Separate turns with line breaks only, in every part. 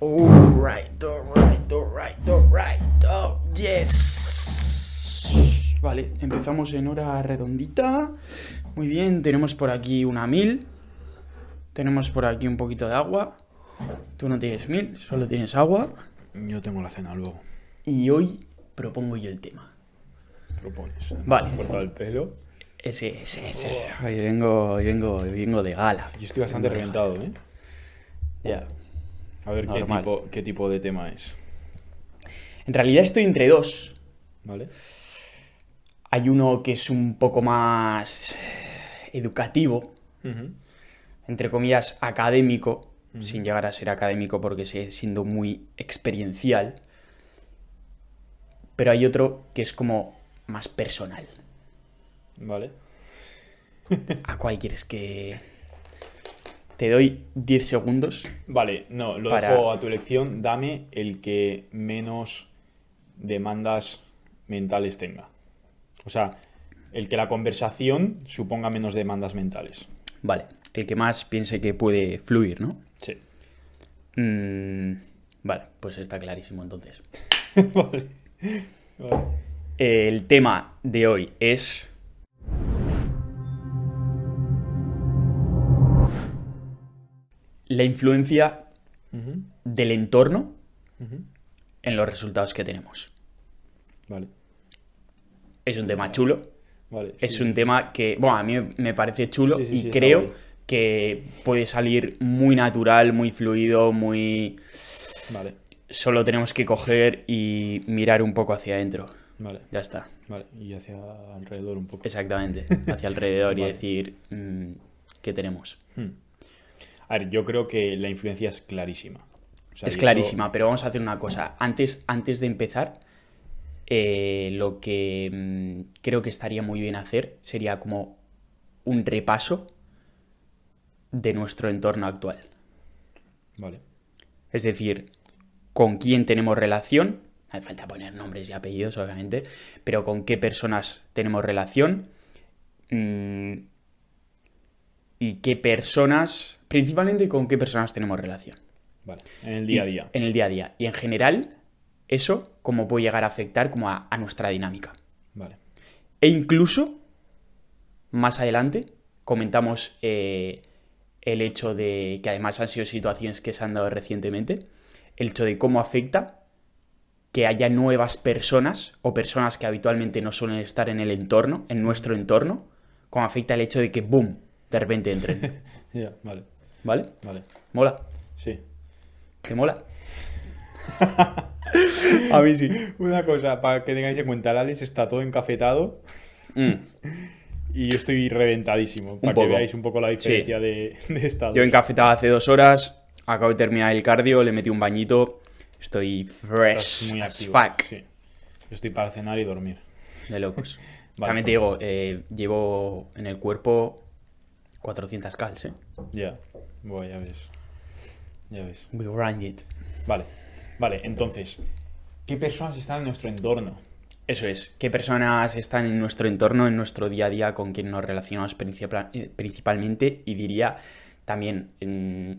Alright, alright, alright, alright. Oh, yes. Vale, empezamos en hora redondita. Muy bien, tenemos por aquí una mil. Tenemos por aquí un poquito de agua. Tú no tienes mil, solo tienes agua.
Yo tengo la cena luego.
Y hoy propongo yo el tema.
Propones.
Vale.
Te eh. has cortado el pelo.
Ese, ese, ese. Hoy vengo, hoy vengo, hoy vengo de gala.
Yo estoy bastante reventado, ¿eh?
Ya.
A ver qué
Normal.
tipo, qué tipo de tema es.
En realidad estoy entre dos.
¿Vale?
Hay uno que es un poco más eh, educativo,
Ujú.
entre comillas, académico, sin llegar a ser académico porque sigue siendo muy experiencial. Pero hay otro que es como más personal.
Vale.
¿A cuál quieres que...? Te doy 10 segundos.
Vale, no, lo
Para-
dejo a tu elección. Dame el que menos demandas mentales tenga. O sea, el que la conversación suponga menos demandas mentales.
Vale, el que más piense que puede fluir, ¿no?
Sí.
Mm, vale, pues está clarísimo entonces.
vale. Vale.
El tema de hoy es... La influencia
Ujú,
del entorno
ujú.
en los resultados que tenemos.
Vale.
Es un tema chulo,
Vale.
es
sí.
un tema que, bueno, a mí me parece chulo
Sí, sí,
y
sí, está
creo
guay.
que puede salir muy natural, muy fluido, muy...
Vale.
Solo tenemos que coger y mirar un poco hacia adentro.
Vale.
Ya está,
Vale. Y hacia alrededor un poco.
exactamente, hacia alrededor y
Vale.
decir mm, qué tenemos.
Hmm. A ver, yo creo que la influencia es clarísima. O sea,
es
y eso-
clarísima, pero vamos a hacer una cosa. Antes, antes de empezar, eh, lo que mm, creo que estaría muy bien hacer sería como un repaso de nuestro entorno actual.
Vale.
Es decir, con quién tenemos relación. No hace falta poner nombres y apellidos, obviamente, pero con qué personas tenemos relación. mm, y qué personas, principalmente con qué personas tenemos relación.
Vale. En el día a día.
En el día a día. Y en general, eso cómo puede llegar a afectar como a, a nuestra dinámica.
Vale.
E incluso, más adelante, comentamos eh, el hecho de que además han sido situaciones que se han dado recientemente, el hecho de cómo afecta que haya nuevas personas o personas que habitualmente no suelen estar en el entorno, en nuestro entorno, cómo afecta el hecho de que, boom, de repente entren.
Ya, vale.
¿Vale?
Vale.
Mola.
Sí.
¿Te mola? a mí sí.
Una cosa, para que tengáis en cuenta, el Alex está todo encafetado
Mm.
y yo estoy reventadísimo. Para que
poco.
veáis un poco la diferencia de, de estado.
Yo encafetado hace dos horas, acabo de terminar el cardio, le metí un bañito, estoy
Estás
fresh
muy
as
activo.
fuck.
Sí. Yo estoy para cenar y dormir.
De locos.
Vale.
También te digo, eh, llevo en el cuerpo 400 cals, eh.
Ya. Buah, ya ves. Ya ves.
We grind it.
Vale. Vale, entonces, ¿qué personas están en nuestro entorno?
Eso es, ¿qué personas están en nuestro entorno, en nuestro día a día, con quien nos relacionamos principal- eh, principalmente? Y diría también mm,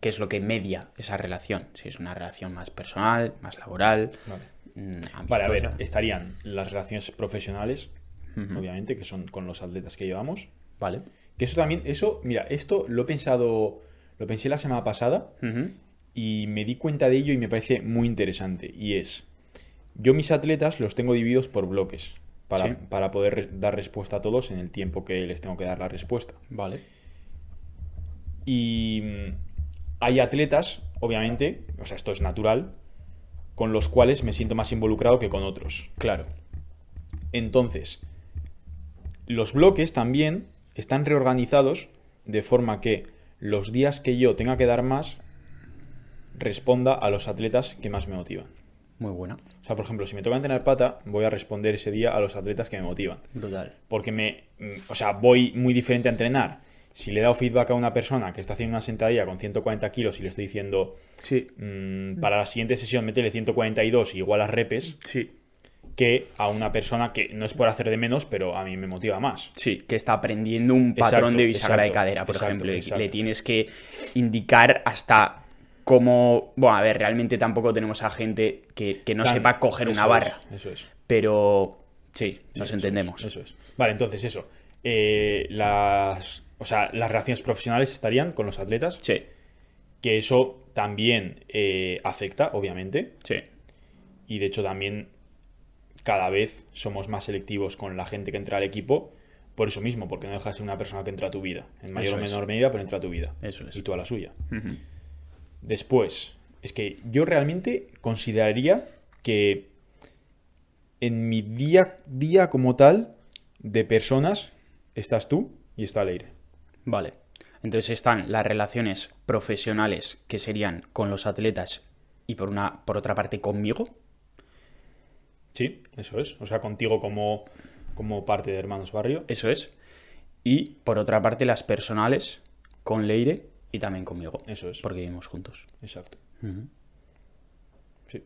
qué es lo que media esa relación, si es una relación más personal, más laboral,
Vale.
mm,
Vale, a ver,
amistosa.
estarían las relaciones profesionales,
Ujú.
obviamente, que son con los atletas que llevamos.
Vale.
Que eso también, eso, mira, esto lo he pensado, lo pensé la semana pasada
Ujú.
y me di cuenta de ello y me parece muy interesante. Y es, yo mis atletas los tengo divididos por bloques para,
Sí.
para poder re- dar respuesta a todos en el tiempo que les tengo que dar la respuesta.
Vale.
Y mm, hay atletas, obviamente, o sea, esto es natural, con los cuales me siento más involucrado que con otros.
Claro.
Entonces, los bloques también están reorganizados de forma que los días que yo tenga que dar más responda a los atletas que más me motivan.
Muy buena.
O sea, por ejemplo, si me toca entrenar pata, voy a responder ese día a los atletas que me motivan.
Brutal.
Porque me, mm, o sea, voy muy diferente a entrenar. Si le he dado feedback a una persona que está haciendo una sentadilla con 140 kilos y le estoy diciendo,
Sí,
mm, para la siguiente sesión métele 142 y igual las repes,
sí.
que a una persona que no es por hacer de menos, pero a mí me motiva más.
Sí, que está aprendiendo un
Exacto,
patrón de bisagra de
exacto,
cadera, por
exacto,
ejemplo. y
exacto.
Le tienes que indicar hasta como... Bueno, a ver, realmente tampoco tenemos a gente que, que no
Tan-
sepa coger
eso
una barra.
es, eso es.
Pero sí, nos
Eso es,
entendemos.
Eso es. Vale, entonces eso. Eh, las, o sea, las relaciones profesionales estarían con los atletas,
Sí,
que eso también eh, afecta, obviamente,
sí.
y de hecho también cada vez somos más selectivos con la gente que entra al equipo, por eso mismo, porque no deja de ser una persona que entra a tu vida, en mayor
Eso
o
es.
menor medida, pero entra a tu vida,
Eso es.
y tú a la suya.
Ujú.
Después, es que yo realmente consideraría que en mi día día como tal de personas estás tú y está Leire.
Vale. Entonces están las relaciones profesionales que serían con los atletas y por una por otra parte conmigo.
Sí, eso es. O sea, contigo como, como parte de Hermanos Barrio.
Eso es. Y por otra parte, las personales con Leire y también conmigo.
Eso es.
Porque vivimos juntos.
Exacto. Sí.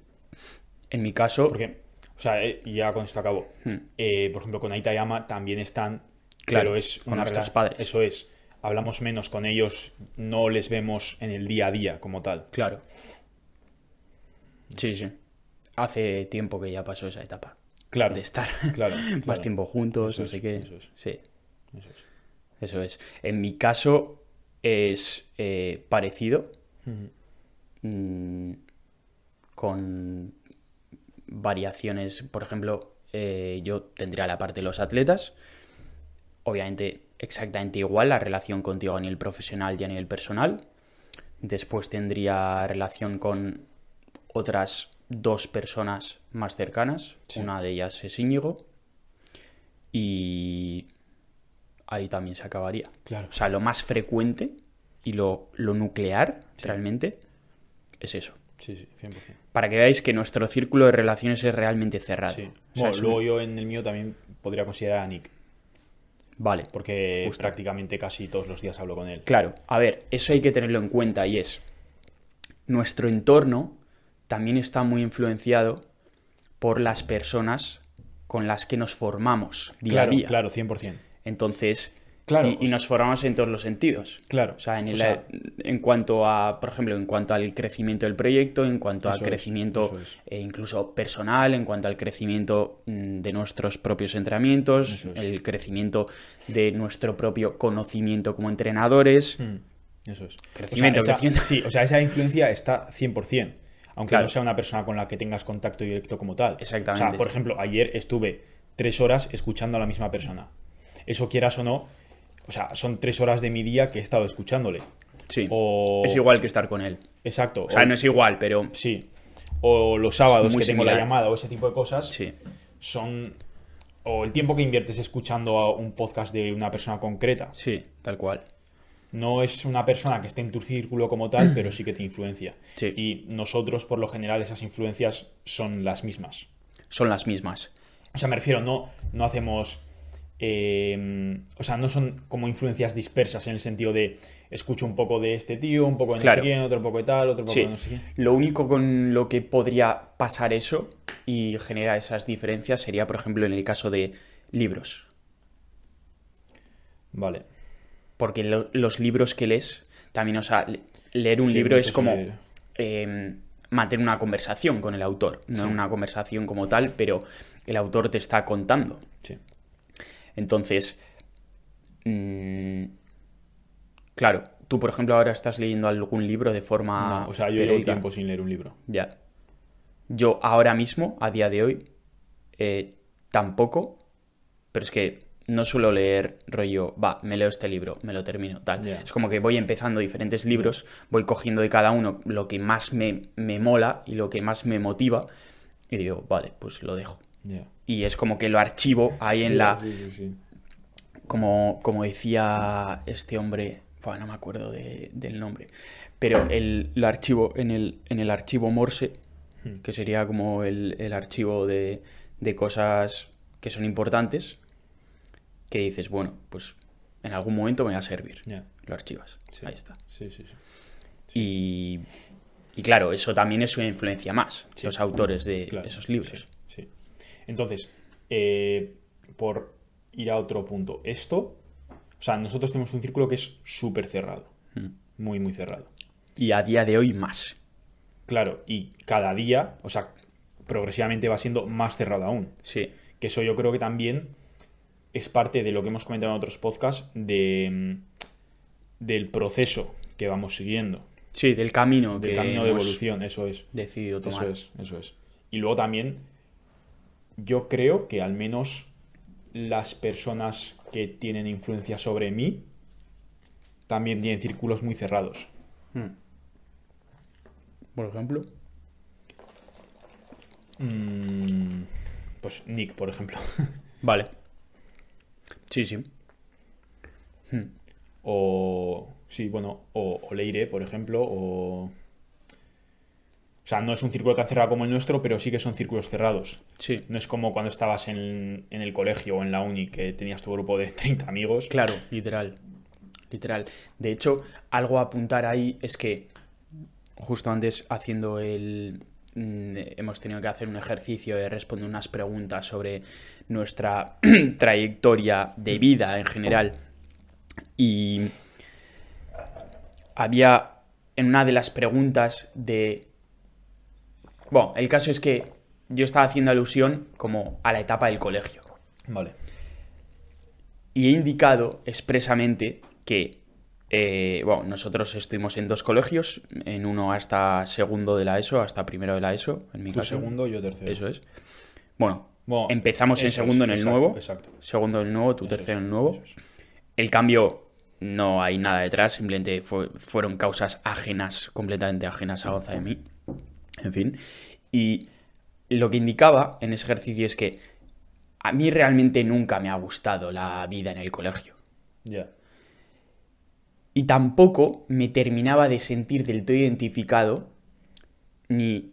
En mi caso,
Porque, o sea, eh, ya con esto acabo. Eh, por ejemplo, con Aitayama también están.
Hmm. Claro,
pero es
con
una
nuestros
rela-
padres.
Eso es. Hablamos menos con ellos, no les vemos en el día a día como tal.
claro. Sí, sí. Hace tiempo que ya pasó esa etapa.
Claro.
De estar
Claro,
más
claro.
tiempo juntos,
Eso
no
es,
sé qué.
eso es.
Sí,
Eso es.
eso es. En mi caso es eh, parecido.
Ujú.
mm, con variaciones. Por ejemplo, eh, yo tendría la parte de los atletas. Obviamente, exactamente igual la relación contigo a nivel profesional y a nivel personal. Después tendría relación con otras dos personas más cercanas.
Sí.
Una de ellas es Íñigo. Y ahí también se acabaría.
Claro.
O sea, lo más frecuente y lo, lo nuclear realmente es eso.
Sí, sí, 100%.
Para que veáis que nuestro círculo de relaciones es realmente cerrado.
Sí.
O sea,
Bueno,
es un-
luego yo en el mío también podría considerar a Nick,
Vale.
porque
Justo.
prácticamente casi todos los días hablo con él.
Claro, a ver, eso hay que tenerlo en cuenta y es, nuestro entorno también está muy influenciado por las personas con las que nos formamos día
claro,
a día.
claro, 100%.
Entonces,
Claro,
y,
o
y
sea-
nos formamos en todos los sentidos.
Claro.
O sea, en,
O
el-
sea-
en cuanto a, por ejemplo, en cuanto al crecimiento del proyecto, en cuanto al
Eso es,
crecimiento
eso es.
eh, incluso personal, en cuanto al crecimiento mm, de nuestros propios entrenamientos,
Eso es.
el crecimiento de nuestro propio conocimiento como entrenadores.
Mm, Eso es.
Crecimiento,
o sea, esa-
crecimiento.
Sí, o sea, esa influencia está 100%, aunque
Claro.
no sea una persona con la que tengas contacto directo como tal.
Exactamente.
O sea, por ejemplo, ayer estuve tres horas escuchando a la misma persona. Eso quieras o no, o sea, son tres horas de mi día que he estado escuchándole.
Sí.
O...
Es igual que estar con él.
Exacto.
O sea,
o-
no es igual, pero
Sí. O los sábados
Es muy
que tengo la
similar.
llamada o ese tipo de cosas
sí.
son. O el tiempo que inviertes escuchando a un podcast de una persona concreta.
Sí, tal cual.
No es una persona que esté en tu círculo como tal, pero sí que te influencia.
Sí.
Y nosotros, por lo general, esas influencias son las mismas.
Son las mismas.
O sea, me refiero, no, no hacemos. eh, o sea, no son como influencias dispersas en el sentido de escucho un poco de este tío, un poco de no
Claro.
sé quién, otro poco de tal, otro poco
Sí.
de no sé quién.
Lo único con lo que podría pasar eso y generar esas diferencias sería, por ejemplo, en el caso de libros.
Vale.
Porque lo- los libros que lees, también, o sea, le- leer un
Sí,
libro
no
es
te
como
suele-
eh, mantener una conversación con el autor. No una conversación como tal, pero el autor te está contando.
Sí.
Entonces, mm, claro, tú, por ejemplo, ahora estás leyendo algún libro de forma.
No, o sea, yo llevo
Ah, periódica.
tiempo sin leer un libro.
Ya. Yo ahora mismo, a día de hoy, eh, tampoco, pero es que no suelo leer rollo, va, me leo este libro, me lo termino, tal.
Ya.
Es como que voy empezando diferentes libros, voy cogiendo de cada uno lo que más me, me mola y lo que más me motiva, y digo, vale, pues lo dejo.
Ya.
Y es como que lo archivo ahí en la,
Sí, sí, sí.
como, como decía este hombre, buah, no me acuerdo de- del nombre, pero el, lo archivo en el, en el archivo Morse,
Hmm.
que sería como el, el archivo de, de cosas que son importantes, que dices, bueno, pues en algún momento me va a servir.
Ya.
Lo archivas.
Sí.
Ahí está.
Sí, sí, sí.
Y, y claro, eso también es una influencia más,
Sí.
los autores de
Claro,
eh, esos libros.
Sí, sí. Entonces, eh, por ir a otro punto, esto, o sea, nosotros tenemos un círculo que es súper cerrado,
Mm.
muy, muy cerrado.
Y a día de hoy más.
Claro, y cada día, o sea, progresivamente va siendo más cerrado aún.
Sí.
Que eso yo creo que también es parte de lo que hemos comentado en otros podcasts de, mm, del proceso que vamos siguiendo,
Sí, del camino.
del
que
camino de
hemos
evolución, eso es.
Decidido tomar.
Eso es, eso es. Y luego también, yo creo que al menos las personas que tienen influencia sobre mí también tienen círculos muy cerrados.
Mm. Por ejemplo.
Mm, pues Nick, por ejemplo.
Vale. Sí, sí. Mm.
O. Sí, bueno, o, o Leire, por ejemplo, o. O sea, no es un círculo tan cerrado como el nuestro, pero sí que son círculos cerrados.
Sí.
No es como cuando estabas en, en el colegio o en la uni que tenías tu grupo de 30 amigos.
Claro, literal. Literal. De hecho, algo a apuntar ahí es que justo antes haciendo el... mm, Hemos tenido que hacer un ejercicio de responder unas preguntas sobre nuestra trayectoria de vida en general. Y había en una de las preguntas de... Bueno, el caso es que yo estaba haciendo alusión como a la etapa del colegio.
Vale.
Y he indicado expresamente que, eh, bueno, nosotros estuvimos en dos colegios, en uno hasta segundo de la ESO, hasta primero de la ESO, en mi
Tú
caso.
segundo, yo tercero.
Eso es. Bueno,
Bueno,
empezamos en
eso es,
segundo en el
exacto,
nuevo,
Exacto.
segundo en el nuevo, tu
Eso
tercero
es,
en el nuevo.
eso es.
El cambio no hay nada detrás, simplemente fue- fueron causas ajenas, completamente ajenas a Gonza de mí. En fin. Y lo que indicaba en ese ejercicio es que a mí realmente nunca me ha gustado la vida en el colegio.
Ya.
Y tampoco me terminaba de sentir del todo identificado ni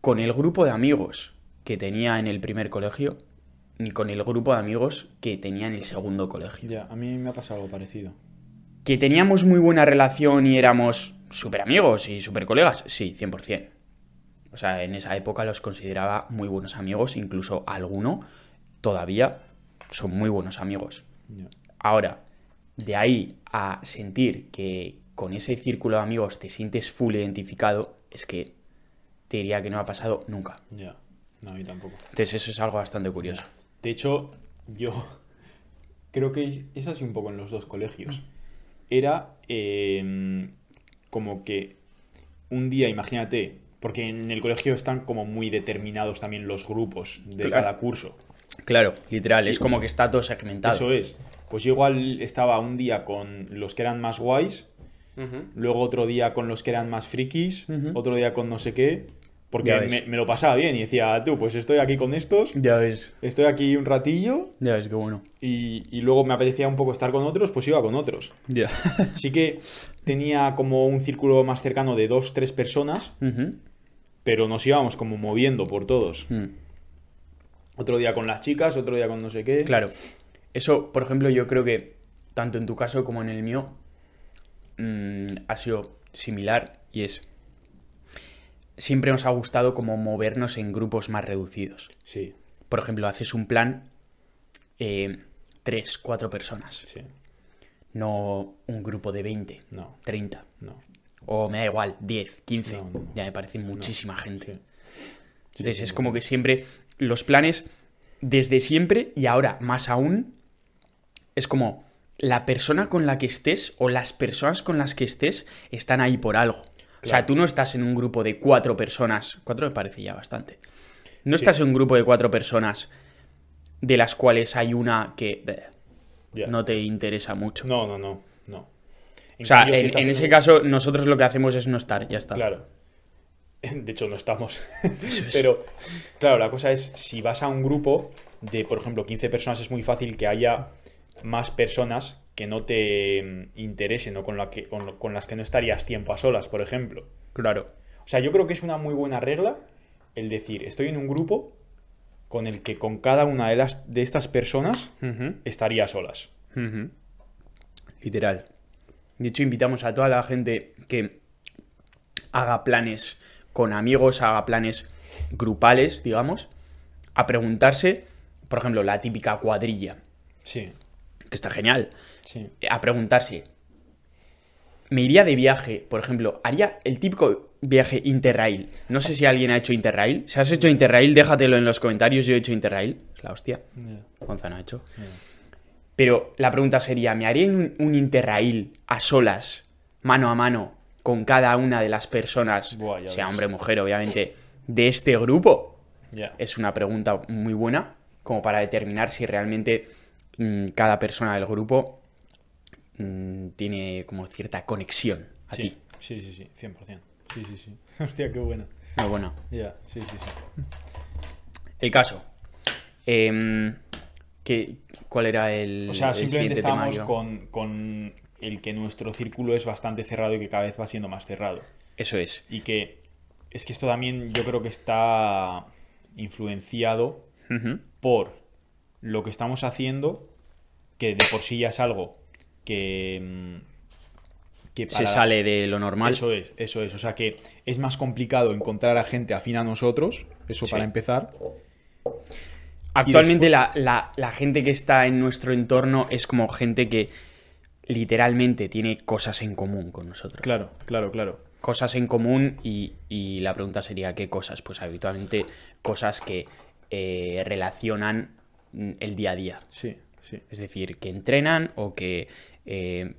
con el grupo de amigos que tenía en el primer colegio, ni con el grupo de amigos que tenía en el segundo colegio.
Ya, a mí me ha pasado algo parecido.
Que teníamos muy buena relación y éramos súper amigos y súper colegas, sí, 100%. O sea, en esa época los consideraba muy buenos amigos, incluso alguno todavía son muy buenos amigos.
Ya.
Ahora, de ahí a sentir que con ese círculo de amigos te sientes full identificado, es que te diría que no ha pasado nunca.
Ya. No, a mí tampoco.
Entonces eso es algo bastante curioso.
De hecho, yo creo que es así un poco en los dos colegios. Era eh, como que un día, imagínate, porque en el colegio están como muy determinados también los grupos de
Claro.
cada curso.
Claro, literal, es como que está todo segmentado.
Eso es. Pues yo igual estaba un día con los que eran más guays, luego otro día con los que eran más frikis,
Ujú.
otro día con no sé qué, porque
Ya ves.
me, me lo pasaba bien y decía, tú, pues estoy aquí con estos,
Ya ves,
estoy aquí un ratillo
ya ves, qué bueno.
y, y luego me apetecía un poco estar con otros, pues iba con otros.
Ya.
Sí que tenía como un círculo más cercano de dos, tres personas, pero nos íbamos como moviendo por todos.
Mm.
Otro día con las chicas, otro día con no sé qué.
Claro. Eso, por ejemplo, yo creo que tanto en tu caso como en el mío mm, ha sido similar y es... Siempre nos ha gustado como movernos en grupos más reducidos.
Sí,
Por ejemplo, haces un plan eh, tres, cuatro personas,
sí,
no un grupo de 20,
no,
30,
no.
o me da igual, 10, 15,
No, no, no.
ya me parece muchísima gente.
sí.
Entonces
sí,
es
sí.
como que siempre los planes, desde siempre y ahora más aún, es como la persona con la que estés o las personas con las que estés están ahí por algo. O sea,
Claro.
tú no estás en un grupo de cuatro personas, cuatro me parece ya bastante. No
Sí.
estás en un grupo de cuatro personas de las cuales hay una que eh,
Ya.
no te interesa mucho.
No, no, no, no. En
o sea,
cambio, si
en,
estás
en
un
ese
grupo-
caso nosotros lo que hacemos es no estar, ya está.
Claro. De hecho, no estamos. Pero, claro, la cosa es, si vas a un grupo de, por ejemplo, 15 personas, es muy fácil que haya más personas que no te mm, interesen o con, la que, con, con las que no estarías tiempo a solas, por ejemplo.
Claro.
O sea, yo creo que es una muy buena regla el decir, estoy en un grupo con el que con cada una de, las, de estas personas estaría a solas.
Ujú. Literal. De hecho, invitamos a toda la gente que haga planes con amigos, haga planes grupales, digamos, a preguntarse, por ejemplo, la típica cuadrilla,
Sí,
que está genial, eh,
sí.
a preguntarse, ¿me iría de viaje? Por ejemplo, ¿haría el típico viaje Interrail. No sé si alguien ha hecho Interrail. Si has hecho Interrail, déjatelo en los comentarios. Yo he hecho Interrail. Es la hostia. Gonzalo ha hecho. Pero la pregunta sería, ¿me haría un, un Interrail a solas, mano a mano, con cada una de las personas,
Buah, ya
sea
ves.
hombre o mujer, obviamente, de este grupo?
Ya.
Es una pregunta muy buena, como para determinar si realmente mm, cada persona del grupo mm, tiene como cierta conexión a
sí.
ti.
Sí, sí, sí, 100%. Sí, sí, sí. Hostia, qué buena.
Muy bueno.
Ya, sí, sí, sí.
El caso. Em, ¿qué- ¿Cuál era el.
O sea,
el siguiente
simplemente
tema,
estábamos
Iván?
con, con el que nuestro círculo es bastante cerrado y que cada vez va siendo más cerrado.
Eso es.
Y que es que esto también yo creo que está influenciado
Ujú.
por lo que estamos haciendo, que de por sí ya es algo que... mm, que
Se
para-
sale de lo normal.
Eso es, eso es. O sea que es más complicado encontrar a gente afín a nosotros, eso
Sí.
para empezar.
Actualmente la, la- la gente que está en nuestro entorno es como gente que literalmente tiene cosas en común con nosotros.
Claro, claro, claro.
cosas en común y, y la pregunta sería ¿qué cosas? Pues habitualmente cosas que eh, relacionan mm, el día a día.
Sí, sí.
Es decir, que entrenan o que... eh,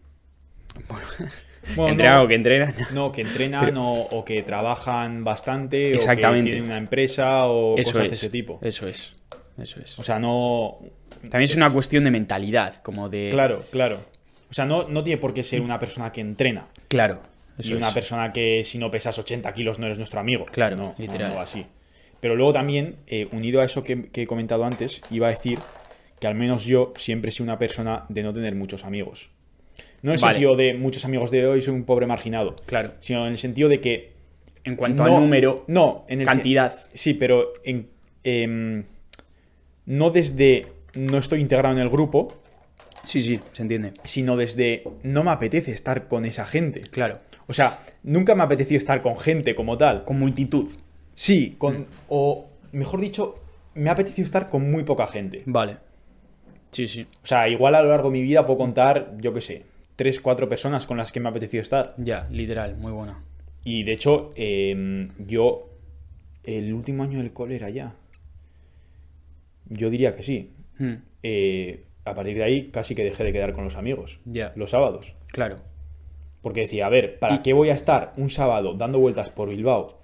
bueno,
Bueno,
entrenan
no.
o que entrenan.
No, que entrenan o, o que trabajan bastante, o que
Exactamente.
tienen una empresa o
Eso
cosas
es.
de ese tipo.
Eso es. Eso es.
O sea, no.
También es una cuestión de mentalidad, como de...
Claro, claro. O sea, no, no tiene por qué ser una persona que entrena.
Claro.
y
Eso
una
es.
persona que si no pesas 80 kilos no eres nuestro amigo.
Claro,
no, no,
literal.
no, así. Pero luego también, eh, unido a eso que, que he comentado antes, iba a decir que al menos yo siempre he sido una persona de no tener muchos amigos. No en el
Vale.
sentido de muchos amigos de hoy soy un pobre marginado.
Claro.
Sino en el sentido de que.
En cuanto a número,
No, en el sen-
cantidad.
Sí, pero en- em, no desde no estoy integrado en el grupo,
Sí, sí, se entiende.
sino desde no me apetece estar con esa gente.
Claro.
O sea, nunca me apeteció estar con gente como tal.
Con multitud.
Sí, con. O mejor dicho, me ha apetecido estar con muy poca gente.
Vale. Sí, sí.
O sea, igual a lo largo de mi vida puedo contar, yo qué sé, tres, cuatro personas con las que me ha apetecido estar.
Ya, literal, muy buena.
Y de hecho, eh, yo. El último año del cole era ya. Yo diría que sí.
Mm,
Eh, a partir de ahí, casi que dejé de quedar con los amigos.
Ya.
Los sábados.
Claro.
Porque decía, a ver, ¿para qué voy a estar un sábado dando vueltas por Bilbao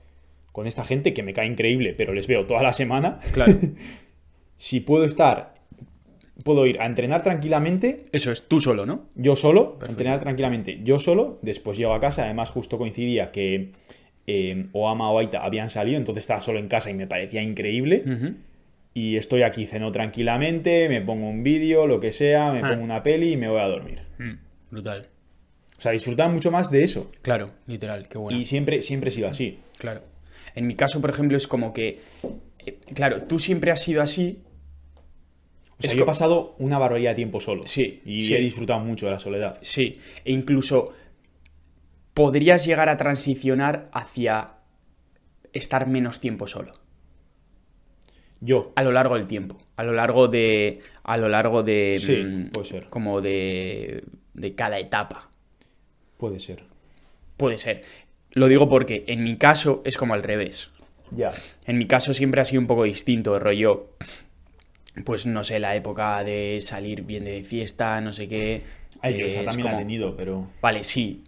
con esta gente que me cae increíble, pero les veo toda la semana?
Claro.
Si puedo estar, puedo ir a entrenar tranquilamente,
Eso es, tú solo, ¿no?
yo solo,
Perfecto.
entrenar tranquilamente, yo solo, después llego a casa, además justo coincidía que eh, Oama o Aita habían salido, entonces estaba solo en casa y me parecía increíble.
Mm.
Y estoy aquí, ceno tranquilamente, me pongo un vídeo, lo que sea, me
Ah.
pongo una peli y me voy a dormir.
Mm, brutal.
O sea, disfrutar mucho más de eso.
Claro, literal, qué bueno.
Y siempre, siempre he sido así.
Claro. En mi caso, por ejemplo, es como que. eh, claro, tú siempre has sido así.
O sea,
Es
yo he
co-
pasado una barbaridad de tiempo solo.
Sí,
Y
sí.
he disfrutado mucho de la soledad.
Sí. E incluso podrías llegar a transicionar hacia estar menos tiempo solo.
Yo.
A lo largo del tiempo. A lo largo de. A lo largo de.
Sí,
mm,
puede ser.
Como de. de cada etapa.
Puede ser.
Puede ser. Lo digo porque en mi caso es como al revés.
Ya.
En mi caso siempre ha sido un poco distinto, rollo. Pues no sé, la época de salir bien de fiesta, no sé qué.
Ay, yo
eh,
esa
es
también la he
como-
tenido, pero.
Vale, sí.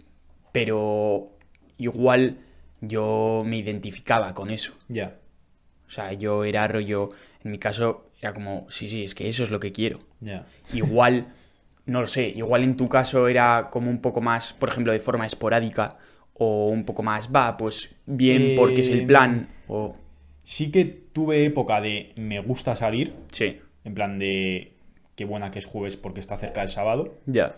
Pero igual yo me identificaba con eso.
Ya.
O sea, yo era rollo. En mi caso era como, sí, sí, es que eso es lo que quiero.
Ya.
Igual, no lo sé, igual en tu caso era como un poco más, por ejemplo, de forma esporádica. O un poco más, va, pues bien, porque es el
Eh,
plan. O.
Sí que tuve época de me gusta salir.
Sí,
En plan de. Qué buena que es jueves porque está cerca del sábado.
ya.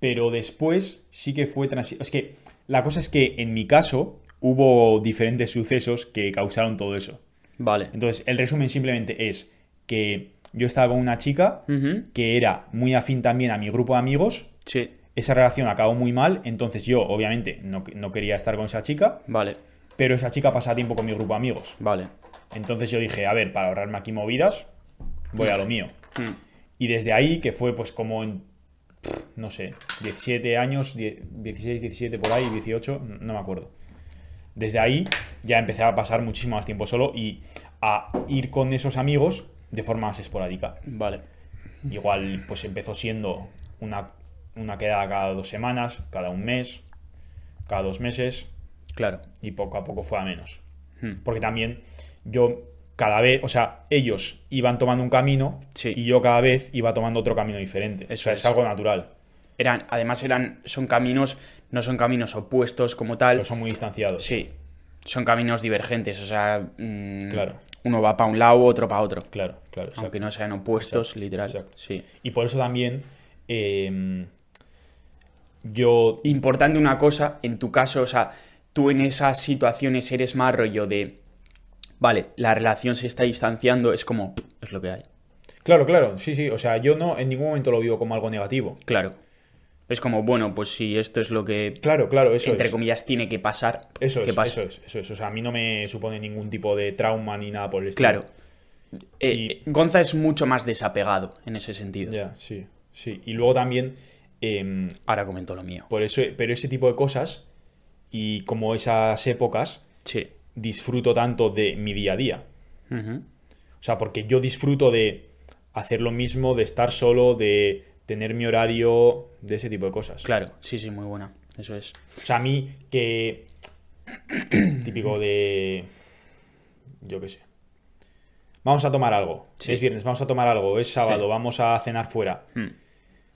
Pero después sí que fue transi- Es que la cosa es que en mi caso hubo diferentes sucesos que causaron todo eso.
Vale.
Entonces, el resumen simplemente es que yo estaba con una chica
Ujú.
que era muy afín también a mi grupo de amigos.
Sí,
Esa relación acabó muy mal, entonces yo, obviamente, no, no quería estar con esa chica,
vale,
pero esa chica pasaba tiempo con mi grupo de amigos.
vale.
Entonces yo dije, a ver, para ahorrarme aquí movidas, voy a lo mío.
Mm.
Y desde ahí, que fue pues como en, pff, no sé, 17 años, die- 16, 17 por ahí, 18, no me acuerdo. Desde ahí ya empecé a pasar muchísimo más tiempo solo y a ir con esos amigos de forma más esporádica.
Vale.
Igual pues empezó siendo una, una quedada cada dos semanas, cada un mes, cada dos meses
Claro.
y poco a poco fue a menos.
Hmm.
Porque también yo cada vez, o sea, ellos iban tomando un camino
Sí.
y yo cada vez iba tomando otro camino diferente. o
Eso
sea, es.
es.
algo natural,
Eran, además eran, son caminos, no son caminos opuestos como tal.
pero son muy distanciados.
Sí, son caminos divergentes, o sea, mm,
Claro.
uno va para un lado, otro para otro.
Claro, claro. exacto.
Aunque no sean opuestos, literal.
exacto.
Sí.
Y por eso también eh, yo...
Importante una cosa, en tu caso, o sea, tú en esas situaciones eres más rollo de, vale, la relación se está distanciando, es como, es lo que hay.
Claro, claro, sí, sí. O sea, yo no en ningún momento lo vivo como algo negativo.
Claro. Es como, bueno, pues si esto es lo que,
Claro, claro, eso
entre
es.
comillas, tiene que pasar,
Eso
que
es,
pase.
eso es, eso es. O sea, a mí no me supone ningún tipo de trauma ni nada por el estilo.
Claro. Eh,
Y-
eh, Gonza es mucho más desapegado en ese sentido.
Ya, sí, sí. Y luego también, em,
Ahora comento lo mío.
por eso, pero ese tipo de cosas y como esas épocas,
Sí.
disfruto tanto de mi día a día.
Ujú.
O sea, porque yo disfruto de hacer lo mismo, de estar solo, de tener mi horario, de ese tipo de cosas.
Claro, sí, sí, muy buena. Eso es.
O sea, a mí que... Típico de... Yo qué sé. Vamos a tomar algo.
Sí.
Es viernes, vamos a tomar algo. Es sábado,
Sí.
vamos a cenar fuera.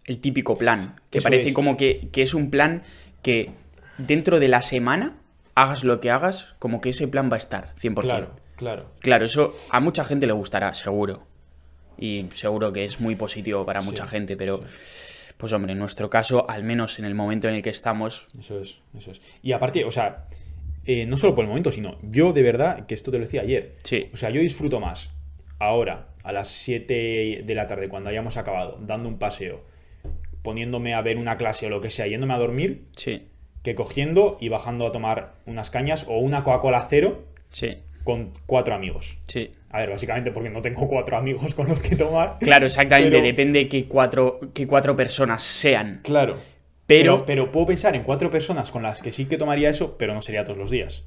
El típico plan. Que
Eso
parece
es.
como que, que es un plan que dentro de la semana, hagas lo que hagas, como que ese plan va a estar, 100%.
Claro, claro.
Claro, eso a mucha gente le gustará, seguro. Y seguro que es muy positivo para mucha gente, pero pues hombre, en nuestro caso, al menos en el momento en el que estamos,
Eso es, eso es. Y aparte, o sea, eh, no solo por el momento, sino yo de verdad, que esto te lo decía ayer,
Sí.
o sea, yo disfruto más ahora, a las 7 de la tarde, cuando hayamos acabado, dando un paseo, poniéndome a ver una clase o lo que sea, yéndome a dormir,
sí,
que cogiendo y bajando a tomar unas cañas o una Coca-Cola cero
sí,
con cuatro amigos.
sí.
A ver, básicamente porque no tengo cuatro amigos con los que tomar.
Claro, exactamente,
Pero-
depende que cuatro, que cuatro personas sean.
Claro.
Pero-
pero puedo pensar en cuatro personas con las que sí que tomaría eso, pero no sería todos los días.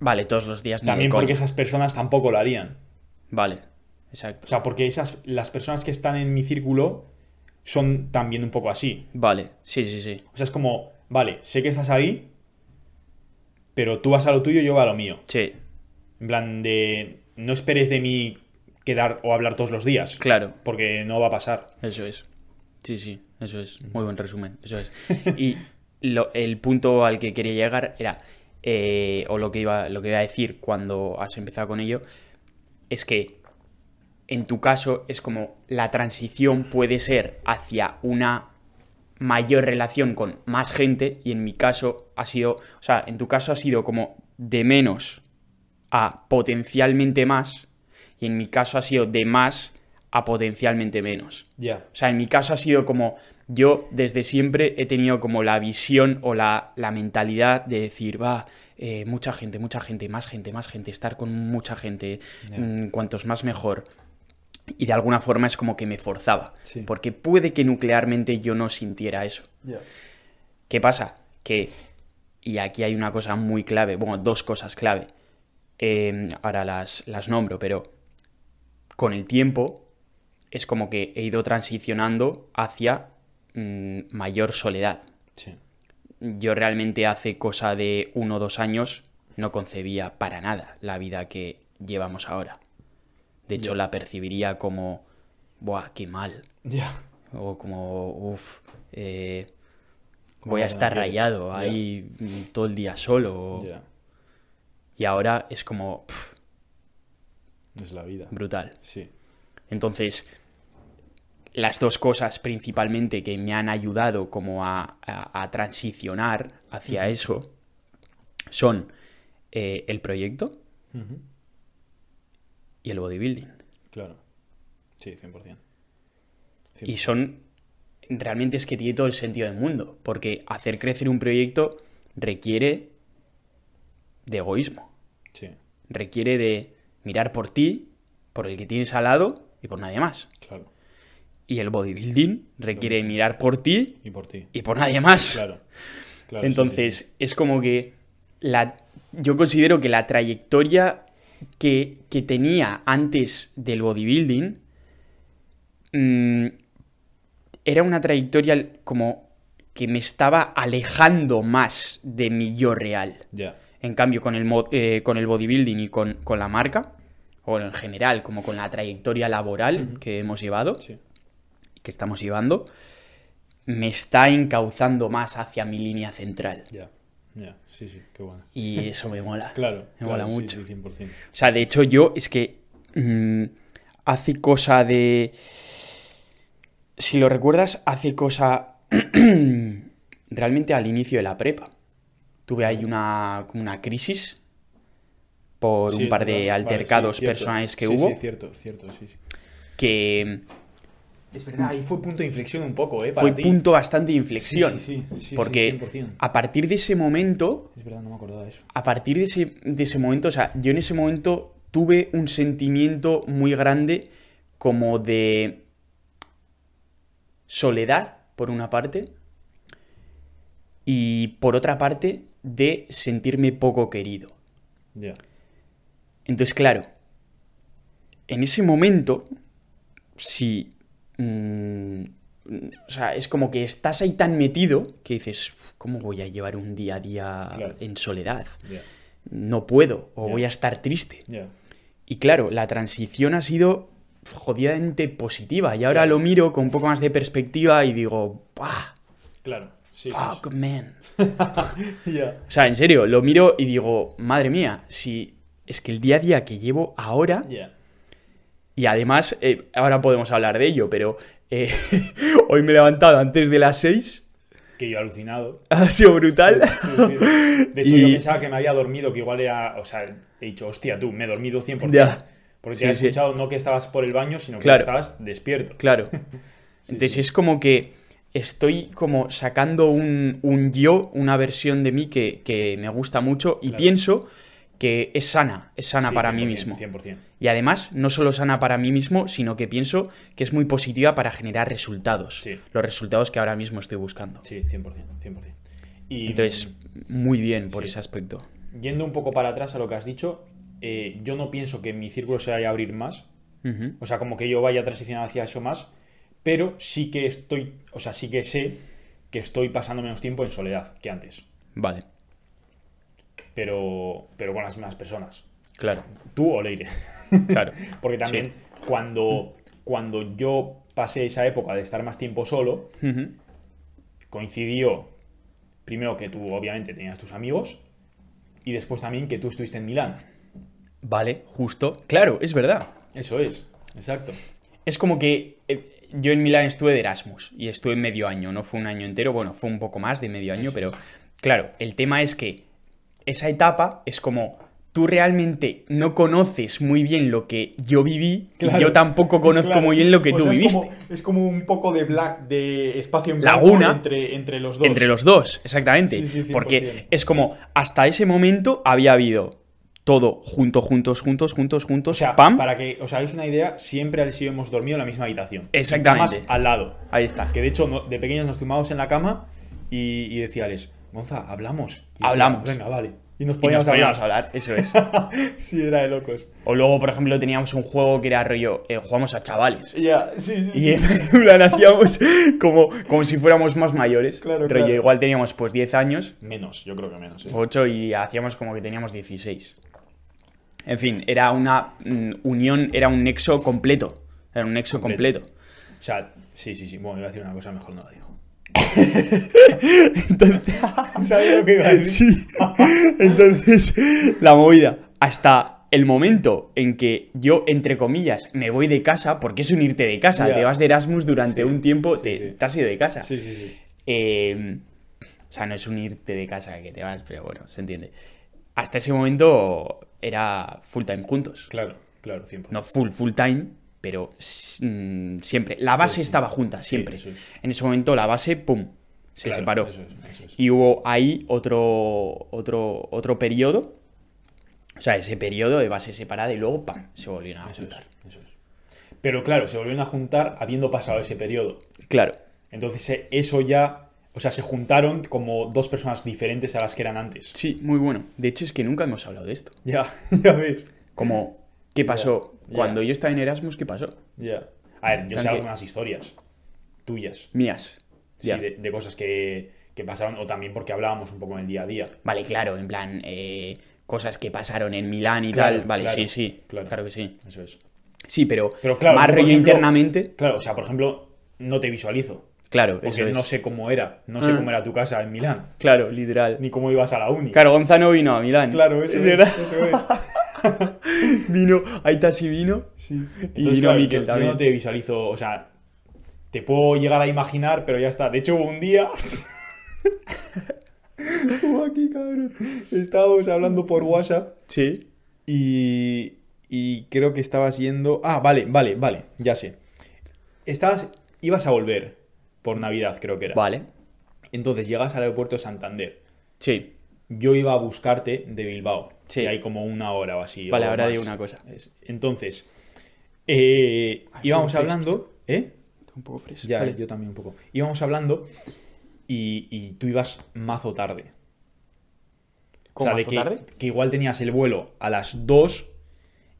Vale, todos los días. ni de
También porque
coña.
esas personas tampoco lo harían.
Vale,
O
exacto.
sea, porque esas, las personas que están en mi círculo son también un poco así.
Vale, sí, sí, sí.
O sea, es como, vale, sé que estás ahí, pero tú vas a lo tuyo, yo voy a lo mío.
Sí,
En plan de, no esperes de mí quedar o hablar todos los días.
claro,
Porque no va a pasar.
eso es. Sí, sí, eso es. Muy buen resumen, eso es. Y lo- el punto al que quería llegar era, eh, o lo que, iba, lo que iba a decir cuando has empezado con ello, es que en tu caso es como la transición puede ser hacia una mayor relación con más gente y en mi caso ha sido, o sea, en tu caso ha sido como de menos a potencialmente más y en mi caso ha sido de más a potencialmente menos.
Ya.
O sea, en mi caso ha sido como yo desde siempre he tenido como la visión o la, la mentalidad de decir, va, eh, mucha gente, mucha gente, más gente, más gente, estar con mucha gente, mm, cuantos más mejor. Y de alguna forma es como que me forzaba,
Sí.
porque puede que nuclearmente yo no sintiera eso. ¿Qué pasa? Que, y aquí hay una cosa muy clave, bueno, dos cosas clave. Eh, ahora las, las nombro, pero con el tiempo es como que he ido transicionando hacia mm, mayor soledad.
Sí.
Yo realmente hace cosa de uno o dos años no concebía para nada la vida que llevamos ahora. De hecho, la percibiría como, ¡buah, qué mal!
Ya.
O como, uff, voy
la
a estar
quieres.
rayado
Ya.
ahí mm, todo el día solo.
Ya.
Y ahora es como pf,
Es la vida.
brutal.
Sí.
Entonces, las dos cosas principalmente que me han ayudado como a, a- a transicionar hacia eso son eh, el proyecto
Ujú.
y el bodybuilding.
Claro. Sí, 100%.
Y son. Realmente es que tiene todo el sentido del mundo. Porque hacer crecer un proyecto requiere de egoísmo.
Sí,
Requiere de mirar por ti, por el que tienes al lado y por nadie más.
claro.
Y el bodybuilding requiere mirar por ti
Y por ti.
y por nadie más.
Claro. claro sí, sí, sí.
Entonces, es como que la- yo considero que la trayectoria que, que tenía antes del bodybuilding mm, era una trayectoria como que me estaba alejando más de mi yo real.
Ya.
En cambio, con el, mo- eh, con el bodybuilding y con, con la marca, o en general, como con la trayectoria laboral que hemos llevado,
Sí.
que estamos llevando, me está encauzando más hacia mi línea central.
Ya. Ya. Sí, sí. Qué bueno.
Y eso me mola.
Claro.
Me
claro,
mola
sí,
mucho.
sí, 100%.
O sea, de hecho, yo es que mm, hace cosa de. Si lo recuerdas, hace cosa. realmente al inicio de la prepa. Tuve ahí una, como una crisis por
Sí,
un par
vale,
de
vale,
altercados
sí, cierto.
personales que
Sí,
hubo.
Sí, cierto, cierto, sí, sí.
Que
Es verdad, ahí fue punto de inflexión un poco, ¿eh?
fue
para ti.
punto bastante de inflexión.
Sí, sí, sí, sí, sí,
porque
100%.
a partir de ese momento
Es verdad, no me acordaba de eso.
a partir de ese, de ese momento, o sea, yo en ese momento tuve un sentimiento muy grande como de soledad, por una parte, y por otra parte, de sentirme poco querido.
Ya.
Entonces, claro, en ese momento, si... mm, o sea, es como que estás ahí tan metido que dices, ¿cómo voy a llevar un día a día
Claro.
en soledad?
Ya.
no puedo o
Ya.
voy a estar triste.
Ya.
Y claro, la transición ha sido jodidamente positiva y ahora lo miro con un poco más de perspectiva y digo, "Buah,
Claro. Sí. sí,
fuck man.
sí. Ya.
O sea, en serio, lo miro y digo, madre mía, si es que el día a día que llevo ahora
Ya.
y además eh, ahora podemos hablar de ello, pero eh, hoy me he levantado antes de las 6,
Que yo he alucinado.
ha sido brutal.
Sí, sí. De hecho, yo
Y-
pensaba que me había dormido, que igual era. O sea, he dicho, hostia, tú, me he dormido 100%.
Ya.
Porque
Sí,
te he
sí.
escuchado no que estabas por el baño, sino que
Claro.
estabas despierto.
Claro. Entonces es como que estoy como sacando un, un yo, una versión de mí que, que me gusta mucho y
Claro.
pienso que es sana, es sana
Sí,
para mí
100%,
mismo.
100%.
Y además, no solo sana para mí mismo, sino que pienso que es muy positiva para generar resultados.
Sí.
Los resultados que ahora mismo estoy buscando.
Sí, 100%. 100%. Y,
Entonces, muy bien por
sí.
ese aspecto.
Yendo un poco para atrás a lo que has dicho, eh, yo no pienso que mi círculo se vaya a abrir más.
Ujú.
O sea, como que yo vaya a transicionar hacia eso más. Pero sí que estoy. O sea, sí que sé que estoy pasando menos tiempo en soledad que antes.
Vale,
Pero, pero con las mismas personas.
claro,
Tú o Leire.
claro.
Porque también cuando, cuando yo pasé esa época de estar más tiempo solo,
Ujú.
coincidió primero que tú obviamente tenías tus amigos y después también que tú estuviste en Milán.
Vale, justo. Claro, es verdad.
Eso es, exacto.
Es como que eh, yo en Milán estuve de Erasmus y estuve medio año, no fue un año entero, bueno, fue un poco más de medio año, pero claro, el tema es que esa etapa es como tú realmente no conoces muy bien lo que yo viví
Claro.
y yo tampoco conozco
Claro.
muy bien lo que
O
tú
sea, es
viviste.
como- es como un poco de black, de espacio en
Laguna.
entre, entre los
Entre los dos, exactamente.
Sí, sí, 100%.
Porque es como hasta ese momento había habido todo junto, juntos, juntos, juntos, juntos,
O sea,
pam.
para que os hagáis una idea, siempre al sido hemos dormido en la misma habitación.
Exactamente.
Camas al lado.
Ahí está.
Que de hecho, no- de pequeños nos tumbábamos en la cama y, y decía Alex, Gonza, hablamos. Y
Hablamos.
decíamos, Venga, vale.
Y
Y nos
nos
poníamos a
poníamos
hablar.
hablar, eso es.
sí, era de locos.
O luego, por ejemplo, teníamos un juego que era rollo, eh, jugamos a chavales.
Ya, sí, sí.
Y en plan hacíamos como, como si fuéramos más mayores.
Claro,
rollo,
claro.
igual teníamos pues 10 años,
Menos, yo creo que menos. ¿eh?
8 y hacíamos como que teníamos 16. En fin, era una mm, unión, era un nexo completo. Era un nexo
Completo.
completo.
O sea, sí, sí, sí. Bueno, iba a decir una cosa, mejor no la digo.
Entonces,
¿Sabes lo que iba a decir?
sí. Entonces, la movida. Hasta el momento en que yo, entre comillas, me voy de casa, porque es unirte de casa.
Ya.
Te vas de Erasmus durante
Sí,
un tiempo,
sí,
te,
sí.
te has ido de casa.
Sí, sí, sí.
Eh, o sea, no es un irte de casa que te vas, pero bueno, se entiende. Hasta ese momento era full time juntos.
Claro, claro, 100%.
No full, full time, pero s- mm, siempre. La base estaba junta, siempre.
eso es.
En ese momento la base, pum, se
Claro,
separó.
Eso es, eso es.
Y hubo ahí otro, otro, otro periodo. O sea, ese periodo de base separada y luego, pam, se volvieron a
Eso es,
juntar.
eso es. Pero claro, se volvieron a juntar habiendo pasado ese periodo.
Claro,
Entonces, eh, eso ya. O O sea, se juntaron como dos personas diferentes a las que eran antes.
Sí, muy bueno. De hecho, es que nunca hemos hablado de esto.
Ya, ya ves.
Como, ¿qué pasó?
ya.
Cuando yo estaba en Erasmus, ¿qué pasó?
Ya. A ver, yo sé
Aunque-
algunas historias tuyas.
Mías.
Sí,
Ya.
de, de cosas que, que pasaron o también porque hablábamos un poco en el día a día.
Vale, claro, en plan, eh, cosas que pasaron en Milán y
Claro,
tal. Vale,
claro,
sí, sí.
claro.
Claro. que sí.
Eso es.
Sí, pero,
Pero claro,
más
yo, por
rollo
ejemplo-
internamente.
Claro, o sea, por ejemplo, no te visualizo.
Claro,
Porque
eso es.
no sé cómo era. No sé
Ah.
cómo era tu casa en Milán.
Claro, literal.
Ni cómo ibas a la uni.
Claro, Gonzalo vino a Milán.
Claro, eso es.
¿Verdad?
Eso es.
Vino, Aita sí vino. Y
Entonces,
vino
claro,
Miquel
yo, yo
también.
no te visualizo, o sea, te puedo llegar a imaginar, pero ya está. De hecho, hubo un día. Como aquí, cabrón. Estábamos hablando por WhatsApp
Sí.
y. Y creo que estabas yendo. Ah, vale, vale, vale, ya sé. Estabas. Ibas a volver por Navidad, creo que era.
Vale.
Entonces llegas al aeropuerto de Santander.
Sí.
Yo iba a buscarte de Bilbao.
Sí.
Y hay como una hora o así.
Vale,
o
ahora
más.
digo una cosa.
Es- Entonces, eh, íbamos
qué triste.
hablando, ¿eh?
Está un poco fresco.
Ya,
Vale.
yo también un poco. Íbamos hablando y, y tú ibas mazo tarde. O
¿Cómo
sea, de
mazo
que,
tarde?
que igual tenías el vuelo a las 2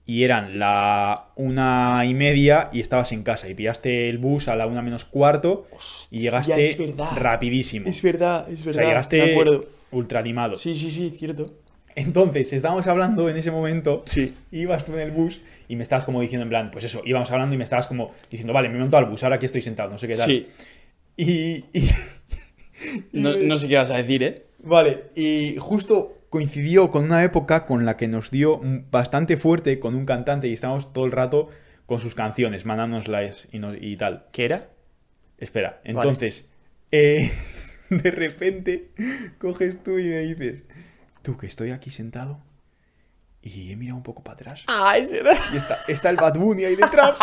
y eran la una y media y estabas en casa y pillaste el bus a la una menos cuarto y llegaste
es verdad.
rapidísimo.
verdad, es
o sea, llegaste ultra animado.
sí, sí, cierto.
Entonces, estábamos hablando en ese momento
Sí.
ibas tú en el bus y me estabas como diciendo en plan, pues eso, íbamos hablando y me estabas como diciendo, vale, me he montado al bus, ahora aquí estoy sentado, no sé qué tal.
Sí.
Y, y- y
No,
me-
no sé qué vas a decir, ¿eh?
Vale, y justo coincidió con una época con la que nos dio un- bastante fuerte con un cantante y estábamos todo el rato con sus canciones, mandándonoslas y, no- y tal.
¿Qué era?
Espera, entonces, eh, de repente coges tú y me dices, tú que estoy aquí sentado y he mirado un poco para atrás.
Ah, es verdad.
Y está, está el Bad Bunny ahí detrás.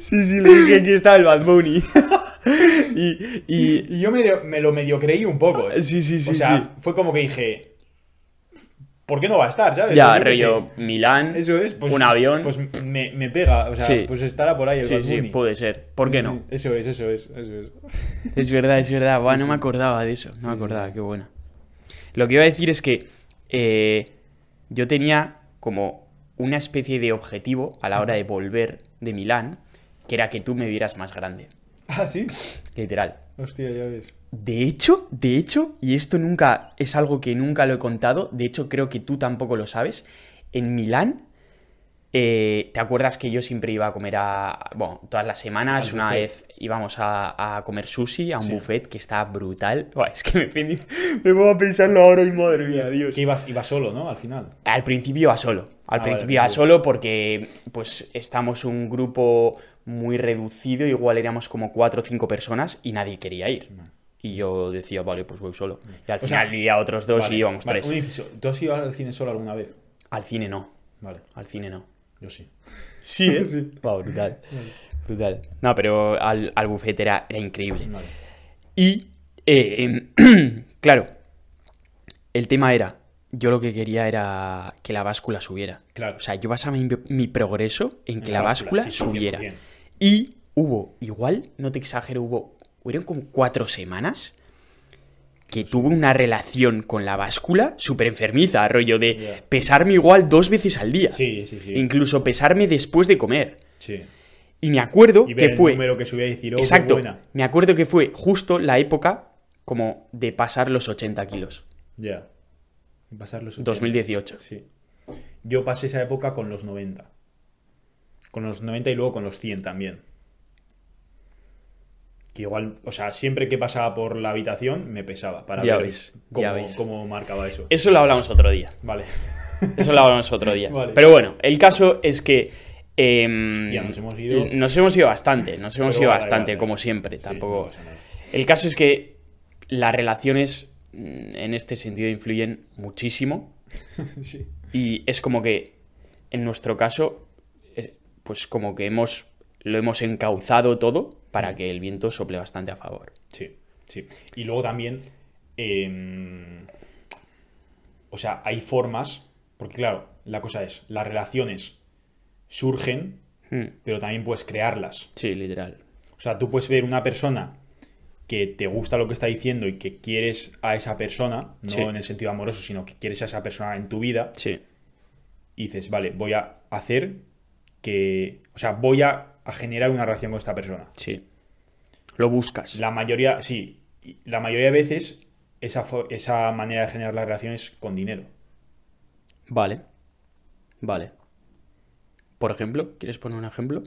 Sí, sí, le dije aquí está el Bad Bunny. y, y.
Y yo medio- me, lo medio creí un poco. ¿eh?
Sí, sí, sí.
o sea,
sí.
fue como que dije, ¿por qué no va a estar? ¿sabes?
Ya,
Pues yo qué
rollo Milán,
sé. Eso es, pues,
un avión.
Pues me, me pega, o sea,
Sí.
pues estará por ahí el
sí,
Bad
sí,
Bunny.
puede ser. ¿Por qué
Sí,
no?
Eso es, eso es, eso es.
Es verdad, es verdad. Buah, no me acordaba de eso. No me acordaba, qué buena. Lo que iba a decir es que eh, yo tenía como una especie de objetivo a la hora de volver de Milán, que era que tú me vieras más grande.
Ah, sí.
Literal.
Hostia, ya ves.
De hecho, de hecho, y esto nunca es algo que nunca lo he contado, de hecho creo que tú tampoco lo sabes, en Milán, eh, ¿te acuerdas que yo siempre iba a comer a... Bueno, todas las semanas,
Al
una
buffet.
vez íbamos a, a comer sushi, a un
Sí.
buffet que está brutal. Buah, es que me, pendi- me pongo a pensarlo ahora y madre mía, Dios.
Que ibas, ibas solo, ¿no? Al final.
Al principio a solo. Al
Ah, vale,
principio a
al principio.
solo porque pues estamos un grupo muy reducido, igual éramos como cuatro o cinco personas y nadie quería ir. Y yo decía, vale, pues voy solo. Y al
O sea,
final vi a otros dos
Vale,
y íbamos
vale, un
tres.
inciso. ¿Tú has ido al cine solo alguna vez?
Al cine no,
Vale,
al cine no.
yo sí.
Sí, eh? brutal. Brutal. No, pero al, al buffet era, era increíble.
Vale.
Y, eh, em, claro, el tema era, yo lo que quería era que la báscula subiera.
Claro.
O sea, yo basaba mi, mi progreso en que
la
la,
báscula,
báscula,
sí,
subiera.
100%.
Y hubo, igual, no te exagero, hubo, hubieron como cuatro semanas que tuve una relación con la báscula súper enfermiza, rollo de
Ya.
pesarme igual dos veces al día.
Sí, sí, sí.
Incluso pesarme después de comer.
sí.
Y me acuerdo
Y ver
que
el
fue...
número que subía y decir, oh, qué
Exacto.
buena.
Me acuerdo que fue justo la época como de pasar los 80 kilos.
Ya. Y Pasar los 80.
2018.
Sí. Yo pasé esa época con los 90. Con los 90 y luego con los 100 también. Que igual, o sea, siempre que pasaba por la habitación me pesaba para
Ya
ver
ves,
cómo,
ya ves.
cómo marcaba eso.
Eso lo hablamos otro día.
Vale.
Eso lo hablamos otro día.
Vale.
Pero bueno, el caso es que... em,
Hostia, nos hemos ido.
Nos hemos ido bastante, nos hemos
Pero
ido
vale,
bastante,
vale.
como siempre.
Sí, no
Tampoco...
pasa nada.
El caso es que las relaciones mm, en este sentido influyen muchísimo
Sí.
y es como que en nuestro caso es- pues como que hemos lo hemos encauzado todo
Mm.
para que el viento sople bastante a favor.
Sí, sí. Y luego también, eh, o sea, hay formas, porque claro, la cosa es, las relaciones surgen,
Mm,
pero también puedes crearlas.
Sí, literal.
O sea, tú puedes ver una persona que te gusta lo que está diciendo y que quieres a esa persona, no
Sí.
en el sentido amoroso, sino que quieres a esa persona en tu vida,
Sí.
y dices, vale, voy a hacer que. O sea, voy a, a generar una relación con esta persona.
Sí. Lo buscas.
La mayoría, sí, y la mayoría de veces esa, fo- esa manera de generar la relación es con dinero.
Vale. Vale. Por ejemplo, ¿quieres poner un ejemplo?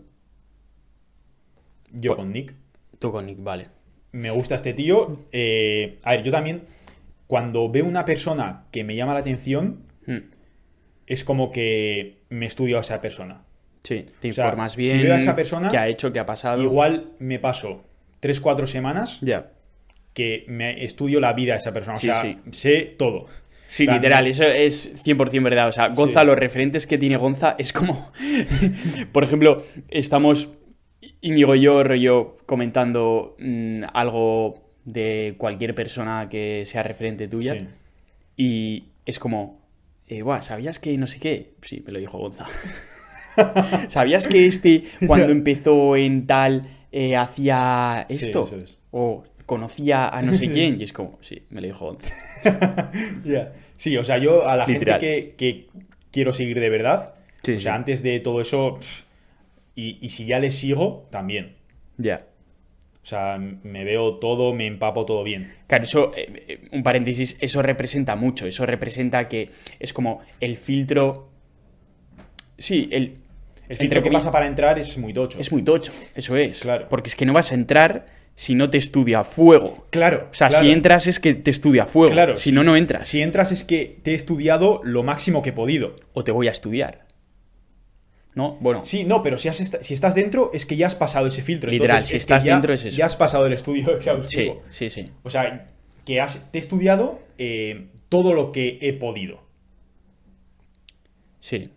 Yo
Pues-
con Nick.
Tú con Nick, vale.
me gusta este tío. eh, a ver, yo también, cuando veo una persona que me llama la atención,
Mm,
es como que me estudio a esa persona.
Sí, te
O sea,
informas
si
bien.
veo a esa persona,
¿Qué ha hecho? ¿Qué ha pasado?
Igual me paso 3-4 semanas
Ya.
que me estudio la vida de esa persona. O
Sí,
sea,
sí.
sé todo.
Sí,
Plan,
literal,
no-
eso es 100% verdad. O sea, Gonza,
Sí.
los referentes que tiene Gonza es como. Por ejemplo, estamos Íñigo y yo, rollo, comentando mm, algo de cualquier persona que sea referente tuya.
Sí.
Y es como, eh, "Buah, ¿sabías que no sé qué? Sí, me lo dijo Gonza. ¿Sabías que este, cuando empezó en tal, eh, hacía
Sí,
esto?
eso es.
O conocía a no sé
Sí.
quién. Y es como, sí, me lo dijo Gonza.
Ya. Sí, o sea, yo a la
Literal.
gente que, que quiero seguir de verdad,
Sí,
o sea,
sí.
antes de todo eso, pff, y, y si ya les sigo, también.
Ya.
O sea, me veo todo, me empapo todo bien.
Claro, eso, eh, eh, un paréntesis, eso representa mucho, eso representa que es como el filtro... Sí, el,
El filtro que
comillas,
pasa para entrar es muy tocho.
es muy tocho, eso es.
Claro.
Porque es que no vas a entrar si no te estudia a fuego.
Claro.
O sea,
claro.
si entras es que te estudia a fuego,
Claro,
si
sí.
no, no entras.
Si entras es que te he estudiado lo máximo que he podido.
O te voy a estudiar. ¿No? Bueno,
Sí, no, pero si, has est- si estás dentro es que ya has pasado ese filtro.
Literal,
Entonces,
si
es que
estás
ya-
dentro es eso.
Ya has pasado el estudio
sí,
exhaustivo.
sí, sí.
O sea, que has, te he estudiado eh, todo lo que he podido.
sí.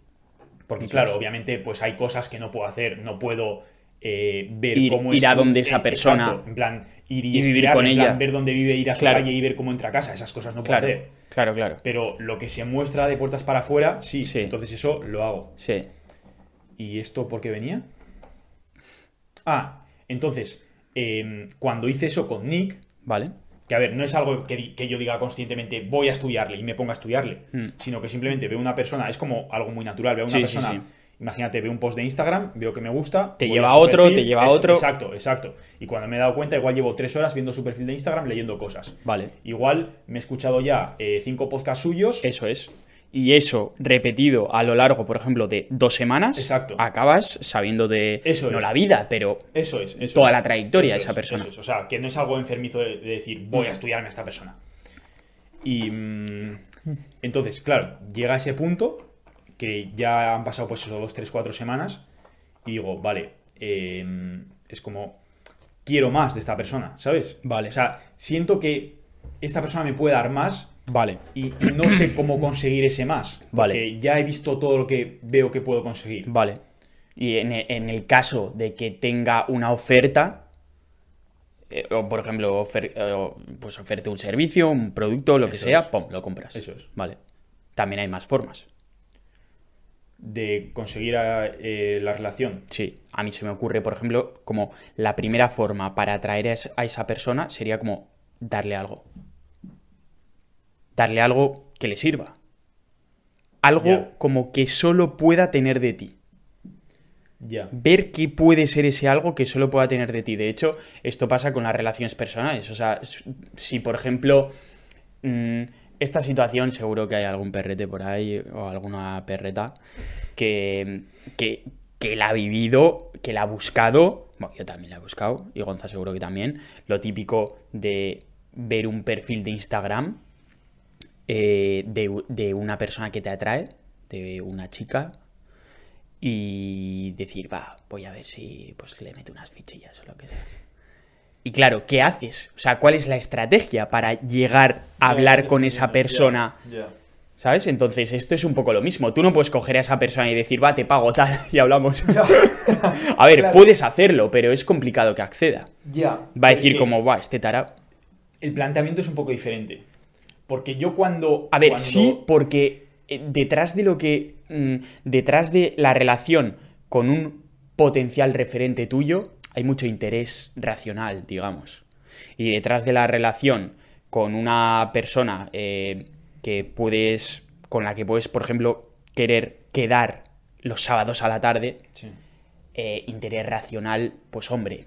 Porque
Eso
claro,
es.
obviamente pues hay cosas que no puedo hacer, no puedo eh, ver
Ir-
cómo
ir a
un-
donde esa
eh,
persona.
exacto, en plan, ir y,
Y vivir
espiar,
con
en plan,
ella.
ver dónde vive, ir a su
Claro.
calle y ver cómo entra a casa, esas cosas no puedo
Claro,
hacer.
claro, claro.
Pero lo que se muestra de puertas para afuera, sí,
Sí.
entonces eso lo hago.
Sí.
¿Y esto por qué venía? Ah, entonces, eh, cuando hice eso con Nick,
¿Vale?
que a ver, no es algo que, di- que yo diga conscientemente voy a estudiarle y me ponga a estudiarle,
Mm.
sino que simplemente veo una persona, es como algo muy natural, veo a una
Sí, sí,
persona,
sí.
imagínate, veo un post de Instagram, veo que me gusta,
Te
voy
lleva
su
a otro, te lleva a
eso,
otro.
Exacto, exacto. Y cuando me he dado cuenta, igual llevo tres horas viendo su perfil de Instagram leyendo cosas.
Vale.
Igual me he escuchado ya eh, cinco podcasts suyos.
Eso es. Y eso repetido a lo largo, por ejemplo, de dos semanas,
Exacto.
acabas sabiendo de
Eso
no
es.
la vida, pero
Eso es. eso
toda
es.
la trayectoria de
Eso
esa
es,
persona. Mm.
eso es. O sea, que no es algo enfermizo de, de decir, voy a estudiarme a esta persona. Y mm, entonces, claro, llega ese punto que ya han pasado pues eso, dos, tres, cuatro semanas y digo, vale, eh, es como, quiero más de esta persona, ¿sabes?
Vale.
O sea, siento que esta persona me puede dar más
Vale,
y, y no sé cómo conseguir ese más.
Vale.
Porque ya he visto todo lo que veo que puedo conseguir.
vale. Y en, e- en el caso de que tenga una oferta, eh, o por ejemplo, ofer- eh, o, pues oferte un servicio, un producto, lo que
Eso
sea,
es.
pum, lo compras.
Eso es.
Vale. También hay más formas.
De conseguir a- eh, la relación.
Sí, a mí se me ocurre, por ejemplo, como la primera forma para atraer a es- a esa persona sería como darle algo. Darle algo que le sirva. Algo
Ya.
como que solo pueda tener de ti.
Ya.
Ver qué puede ser ese algo que solo pueda tener de ti. De hecho, esto pasa con las relaciones personales. O sea, s- si por ejemplo, mm, esta situación, seguro que hay algún perrete por ahí o alguna perreta que, que, que la ha vivido, que la ha buscado. Bueno, yo también la he buscado y Gonza seguro que también. Lo típico de ver un perfil de Instagram eh, de, de una persona que te atrae, de una chica, y decir, va, voy a ver si pues le meto unas fichillas o lo que sea. Y claro, ¿qué haces? O sea, ¿cuál es la estrategia para llegar a hablar con esa persona? ¿Sabes? Entonces, esto es un poco lo mismo. Tú no puedes coger a esa persona y decir, va, te pago tal, y hablamos. A ver,
Claro.
puedes hacerlo, pero es complicado que acceda.
Ya.
Va a
Pero es
decir
que
como, va, este tarao.
El planteamiento es un poco diferente. Porque yo cuando.
A ver,
cuando-
sí, porque eh, detrás de lo que. mm, detrás de la relación con un potencial referente tuyo, hay mucho interés racional, digamos. Y detrás de la relación con una persona eh, que puedes, con la que puedes, por ejemplo, querer quedar los sábados a la tarde,
Sí.
eh, interés racional, pues hombre,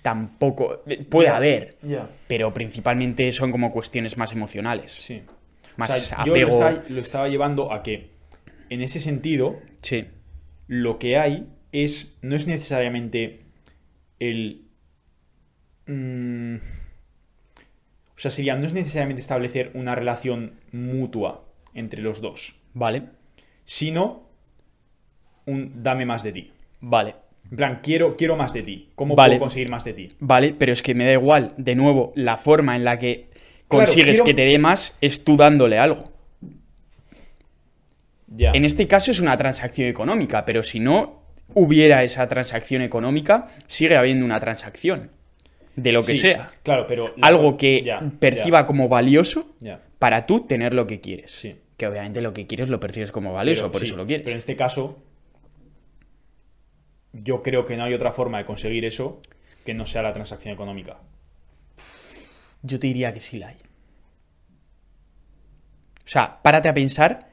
tampoco eh, puede
Ya,
haber,
ya.
pero principalmente son como cuestiones más emocionales,
Sí.
más
O sea, yo lo
apego.
estaba, lo estaba llevando a que, en ese sentido,
Sí,
lo que hay es. No es necesariamente el. mm, o sea, sería. No es necesariamente establecer una relación mutua entre los dos,
vale,
sino un dame más de ti.
vale.
En plan, quiero, quiero más de ti. ¿Cómo
Vale.
puedo conseguir más de ti?
Vale, pero es que me da igual, de nuevo, la forma en la que consigues
quiero-
que te dé más es tú dándole algo.
Ya.
En este caso es una transacción económica, pero si no hubiera esa transacción económica, sigue habiendo una transacción. De lo que
Sí,
sea.
Claro, pero.
Algo que
Ya, ya,
perciba como valioso
Ya.
para tú tener lo que quieres.
Sí.
Que obviamente lo que quieres lo percibes como valioso,
Pero
por
sí,
eso lo quieres.
Pero en este caso, yo creo que no hay otra forma de conseguir eso que no sea la transacción económica.
Yo te diría que sí la hay. O sea, párate a pensar.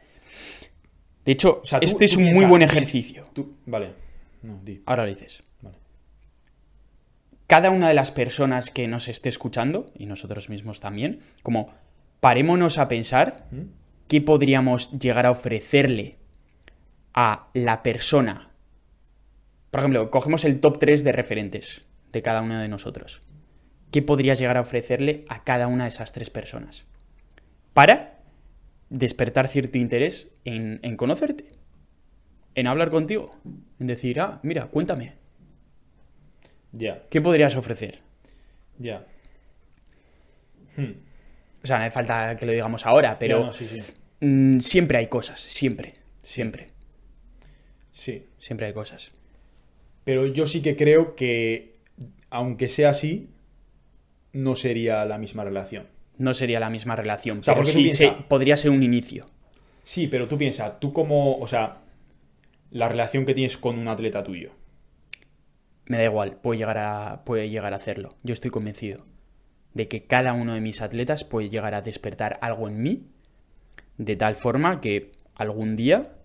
De hecho,
O sea, tú-
este es
tú
un muy
piensa-
buen ejercicio.
Tú, vale. No, di.
Ahora lo dices.
Vale.
Cada una de las personas que nos esté escuchando, y nosotros mismos también, como parémonos a pensar
¿Mm?
qué podríamos llegar a ofrecerle a la persona. Por ejemplo, cogemos el top 3 de referentes de cada uno de nosotros. ¿Qué podrías llegar a ofrecerle a cada una de esas tres personas? Para despertar cierto interés en, en conocerte, en hablar contigo, en decir, ah, mira, cuéntame,
Ya,
¿qué podrías ofrecer?
ya. Hmm,
O sea, no hace falta que lo digamos ahora, pero
ya, no, sí, sí.
mm, siempre hay cosas, siempre, siempre,
Sí.
siempre hay cosas.
Pero yo sí que creo que, aunque sea así, no sería la misma relación.
no sería la misma relación.
sea,
pero
porque tú
sí
piensa-
se- podría ser un inicio.
Sí, pero tú piensas, tú como, o sea, la relación que tienes con un atleta tuyo.
Me da igual, puede llegar a, puede llegar a hacerlo. Yo estoy convencido de que cada uno de mis atletas puede llegar a despertar algo en mí de tal forma que algún día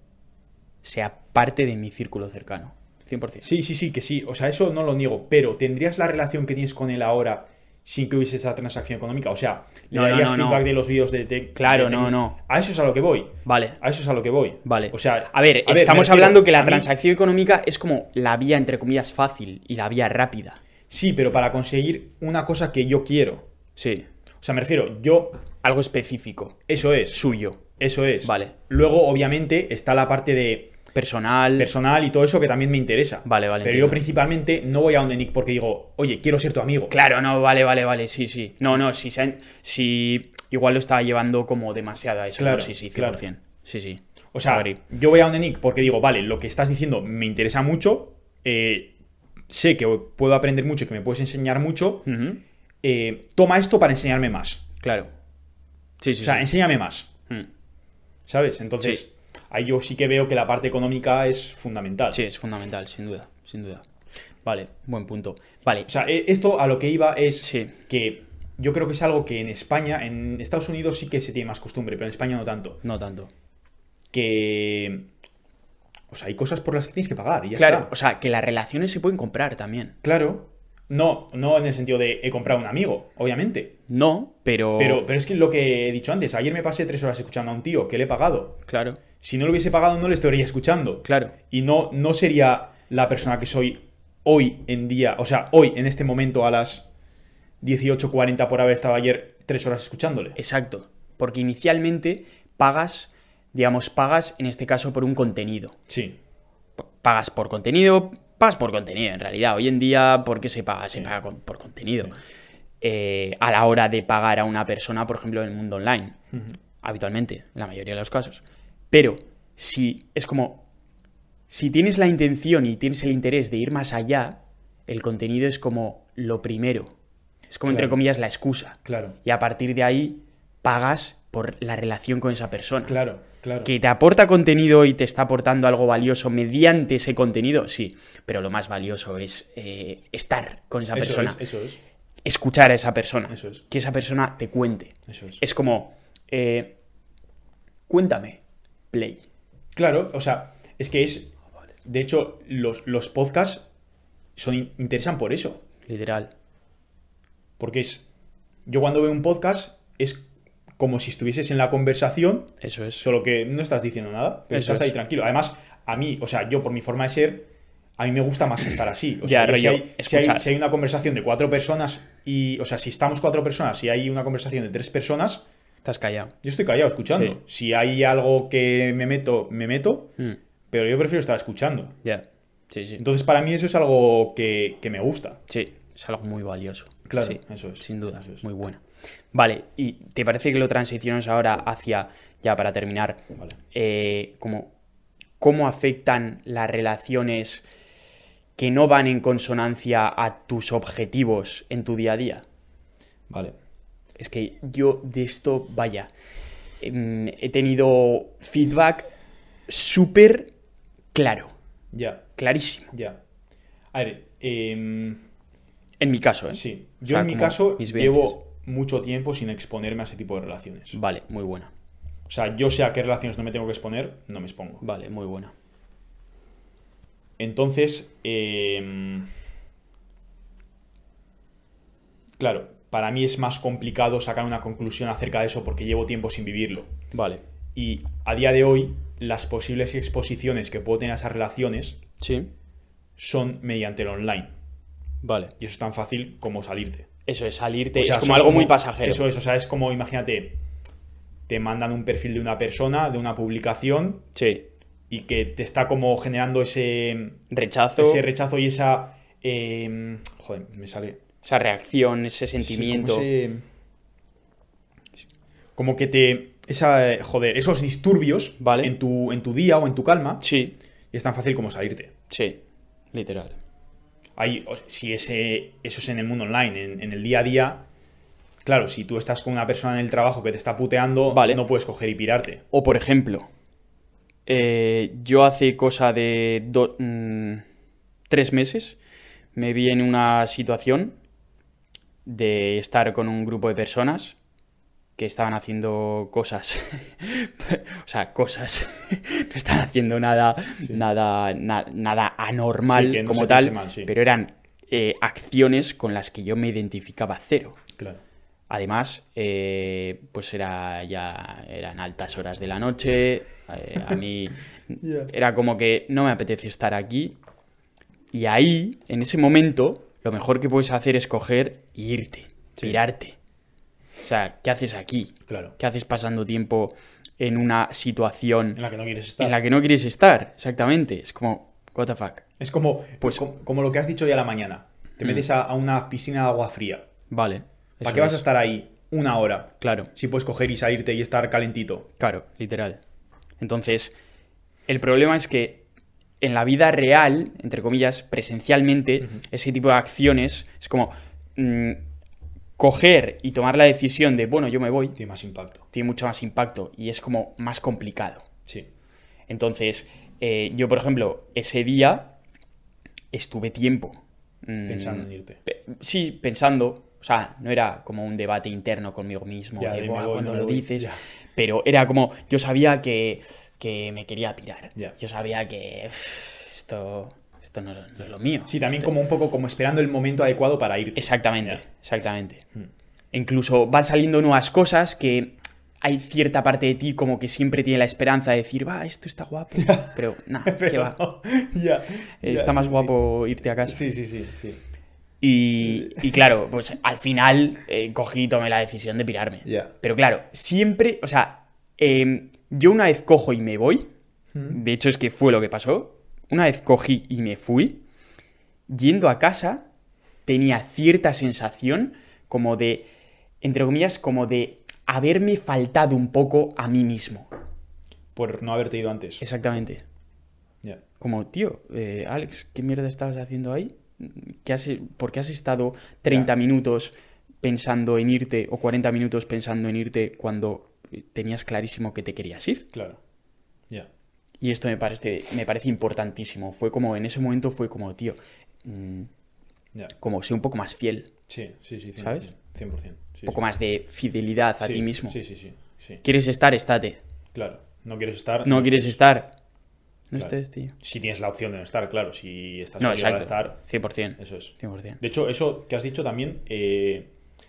sea parte de mi círculo cercano. 100%.
Sí, sí, sí, que sí. O sea, eso no lo niego. Pero ¿tendrías la relación que tienes con él ahora sin que hubiese esa transacción económica? O sea, ¿le
No, no,
darías
no, no.
feedback de los vídeos de Tech?
Claro,
de
no,
Tech-
no.
A eso es a lo que voy.
Vale.
A eso es a lo que voy.
Vale.
O sea,
a ver,
me
estamos
refiero,
hablando que
a
la
mí-
transacción económica es como la vía, entre comillas, fácil y la vía rápida.
Sí, pero para conseguir una cosa que yo quiero.
Sí.
O sea, me refiero, yo.
Algo específico,
Eso es.
suyo,
Eso es.
Vale.
Luego, obviamente, está la parte de
personal.
personal y todo eso que también me interesa.
Vale, vale,
Pero
entiendo.
yo principalmente no voy a donde Nick porque digo, oye, quiero ser tu amigo.
Claro, no, vale, vale, vale, sí, sí. No, no, si, se han- si igual lo estaba llevando como demasiado a eso.
Claro,
¿no? sí, sí, 100%.
claro.
Sí, sí.
O sea,
Agree.
yo voy a donde Nick porque digo, vale, lo que estás diciendo me interesa mucho, eh, sé que puedo aprender mucho y que me puedes enseñar mucho,
Ujú,
eh, toma esto para enseñarme más.
Claro. Sí, sí,
O sea,
sí.
enséñame más,
Mm,
¿sabes? Entonces, ahí yo sí que veo que la parte económica es fundamental.
sí, es fundamental, sin duda, sin duda. Vale, buen punto. Vale,
O sea, e- esto a lo que iba es
Sí.
que yo creo que es algo que en España, en Estados Unidos sí que se tiene más costumbre, pero en España no tanto.
no tanto.
Que... O sea, hay cosas por las que tienes que pagar y ya
claro,
está.
o sea, que las relaciones se pueden comprar también.
Claro. No, no en el sentido de he comprado un amigo, obviamente.
No, pero.
Pero, pero es que lo que he dicho antes, ayer me pasé tres horas escuchando a un tío que le he pagado.
Claro,
Si no lo hubiese pagado, no le estaría escuchando.
claro.
Y no, no sería la persona que soy hoy en día, o sea, hoy en este momento a las 18.40 por haber estado ayer tres horas escuchándole.
Exacto. Porque inicialmente pagas, digamos, pagas en este caso por un contenido.
Sí,
pagas por contenido, pagas por contenido en realidad. Hoy en día, ¿por qué se paga? Se
Sí.
paga con- por contenido. Eh, a la hora de pagar a una persona, por ejemplo, en el mundo online, habitualmente, en la mayoría de los casos. Pero si es como, si tienes la intención y tienes el interés de ir más allá, el contenido es como lo primero. Es como, entre
Claro.
comillas, la excusa.
claro,
Y a partir de ahí, pagas por la relación con esa persona
claro, claro.
que te aporta contenido y te está aportando algo valioso mediante ese contenido, sí, pero lo más valioso es eh, estar con esa
Eso
persona.
es, eso es.
escuchar a esa persona.
Eso es.
Que esa persona te cuente.
Eso es.
Es como, eh, cuéntame, play.
Claro, o sea, es que es. De hecho, los, los podcasts son, in- interesan por eso.
Literal.
Porque es. Yo cuando veo un podcast es como si estuvieses en la conversación,
Eso es.
solo que no estás diciendo nada, pero
Eso
estás ahí
es.
tranquilo. Además, a mí, o sea, yo por mi forma de ser, a mí me gusta más estar así. O
Ya,
sea, yo si,
rollo,
hay, si hay-
escuchar.
si hay una conversación de cuatro personas y. O sea, si estamos cuatro personas y hay una conversación de tres personas,
Estás callado.
yo estoy callado escuchando.
Sí.
Si hay algo que me meto, me meto,
Mm,
pero yo prefiero estar escuchando.
ya. Sí, sí.
Entonces, para mí eso es algo que, que me gusta.
Sí, es algo muy valioso.
Claro,
Sí,
eso es,
Sin duda,
eso es.
muy buena. Vale, ¿y te parece que lo transiciones ahora hacia, ya para terminar,
Vale.
eh, como cómo afectan las relaciones que no van en consonancia a tus objetivos en tu día a día?
Vale.
Es que yo de esto, vaya, em, he tenido feedback súper claro,
Ya,
clarísimo,
ya. A ver, em,
en mi caso, ¿eh?
sí.
O
Yo
sea,
en mi
como
caso
mis
llevo mucho tiempo sin exponerme a ese tipo de relaciones.
Vale, muy buena,
O sea, yo sé a qué relaciones no me tengo que exponer, no me expongo.
vale, muy buena.
Entonces, em, claro, para mí es más complicado sacar una conclusión acerca de eso porque llevo tiempo sin vivirlo.
Vale,
Y a día de hoy, las posibles exposiciones que puedo tener a esas relaciones
sí,
son mediante el online.
vale.
Y eso es tan fácil como salirte.
Eso es salirte,
O sea,
es
son
como algo muy pasajero.
Eso es, o sea, es como, imagínate, te mandan un perfil de una persona, de una publicación,
Sí,
y que te está como generando ese,
rechazo,
ese rechazo y esa... eh, joder, me sale...
esa reacción, ese
Sí,
sentimiento.
Como, ese- como que te... Esa, eh, joder, esos disturbios
Vale.
en, tu, en tu día o en tu calma,
Sí,
y es tan fácil como salirte.
sí, literal.
Ahí, o- si ese, eso es en el mundo online, en, en el día a día, claro, si tú estás con una persona en el trabajo que te está puteando,
Vale.
no puedes coger y pirarte.
O por ejemplo, eh, yo hace cosa de do- mm, tres meses me vi en una situación de estar con un grupo de personas que estaban haciendo cosas. o sea, cosas. no estaban haciendo nada, nada, na- nada anormal
Sí, que no
como
se
tal,
pase mal, sí.
pero eran eh, acciones con las que yo me identificaba cero.
Claro.
Además, eh, pues era ya eran altas horas de la noche. eh, a mí
Ya.
era como que no me apetece estar aquí. Y ahí, en ese momento, lo mejor que puedes hacer es coger y irte,
Sí.
tirarte. O sea, ¿qué haces aquí?
Claro.
¿Qué haces pasando tiempo en una situación
En la que no quieres estar.
en la que no quieres estar? Exactamente. Es como, what the fuck.
Es como,
Pues-
com- como, lo que has dicho ya a la mañana. Te metes a, a una piscina de agua fría.
Vale.
¿Para
eso
qué vas a
es.
estar ahí una hora?
Claro.
Si puedes coger y salirte y estar calentito.
Claro, literal. Entonces, el problema es que en la vida real, entre comillas, presencialmente, ese tipo de acciones es como mm, coger y tomar la decisión de, bueno, yo me voy,
Tiene más impacto.
tiene mucho más impacto y es como más complicado.
Sí.
Entonces, eh, yo, por ejemplo, ese día estuve tiempo mm,
Pensando en irte.
pe- Sí, pensando. O sea, no era como un debate interno conmigo mismo,
Ya,
de,
de me
"Buah,
voy,
cuando
no me
lo
voy",
dices.
ya.
Pero era como, yo sabía que, que me quería pirar.
Ya.
Yo sabía que "Uf, esto, esto no, no es lo mío.
Sí, también como un poco como esperando el momento adecuado para irte.
Exactamente,
Ya.
exactamente.
Hmm.
Incluso van saliendo nuevas cosas que hay cierta parte de ti como que siempre tiene la esperanza de decir, va, esto está guapo. Pero nada,
Pero
que va.
no, ya, ya,
Está más
sí,
guapo irte a
sí.
casa.
Sí, sí, sí, sí.
Y, y claro, pues al final eh, cogí y tomé la decisión de pirarme.
Ya.
Pero claro, siempre, o sea, em, yo una vez cojo y me voy, de hecho es que fue lo que pasó, una vez cogí y me fui, yendo a casa tenía cierta sensación como de, entre comillas, como de haberme faltado un poco a mí mismo.
Por no haberte ido antes.
Exactamente.
Ya.
Como, tío, eh, Alex, ¿qué mierda estabas haciendo ahí? ¿Qué has, ¿Por qué has estado 30
Ya.
minutos pensando en irte o 40 minutos pensando en irte cuando eh, tenías clarísimo que te querías ir?
Claro. Ya.
Y esto me parece, me parece importantísimo. Fue como, en ese momento fue como, tío, mm,
Ya.
como, sé un poco más fiel
Sí, sí, sí, 100%.
¿Sabes?
100%. sí,
Un poco
sí.
más de fidelidad a
Sí,
ti mismo.
Sí, sí, sí, sí.
¿Quieres estar? Estate.
Claro, no quieres estar.
No quieres estar. No
Claro.
estés, tío.
Si tienes la opción de no estar, claro. Si estás
No,
obligado
exacto.
a estar,
100%.
eso es.
100%.
De hecho, eso que has dicho también eh,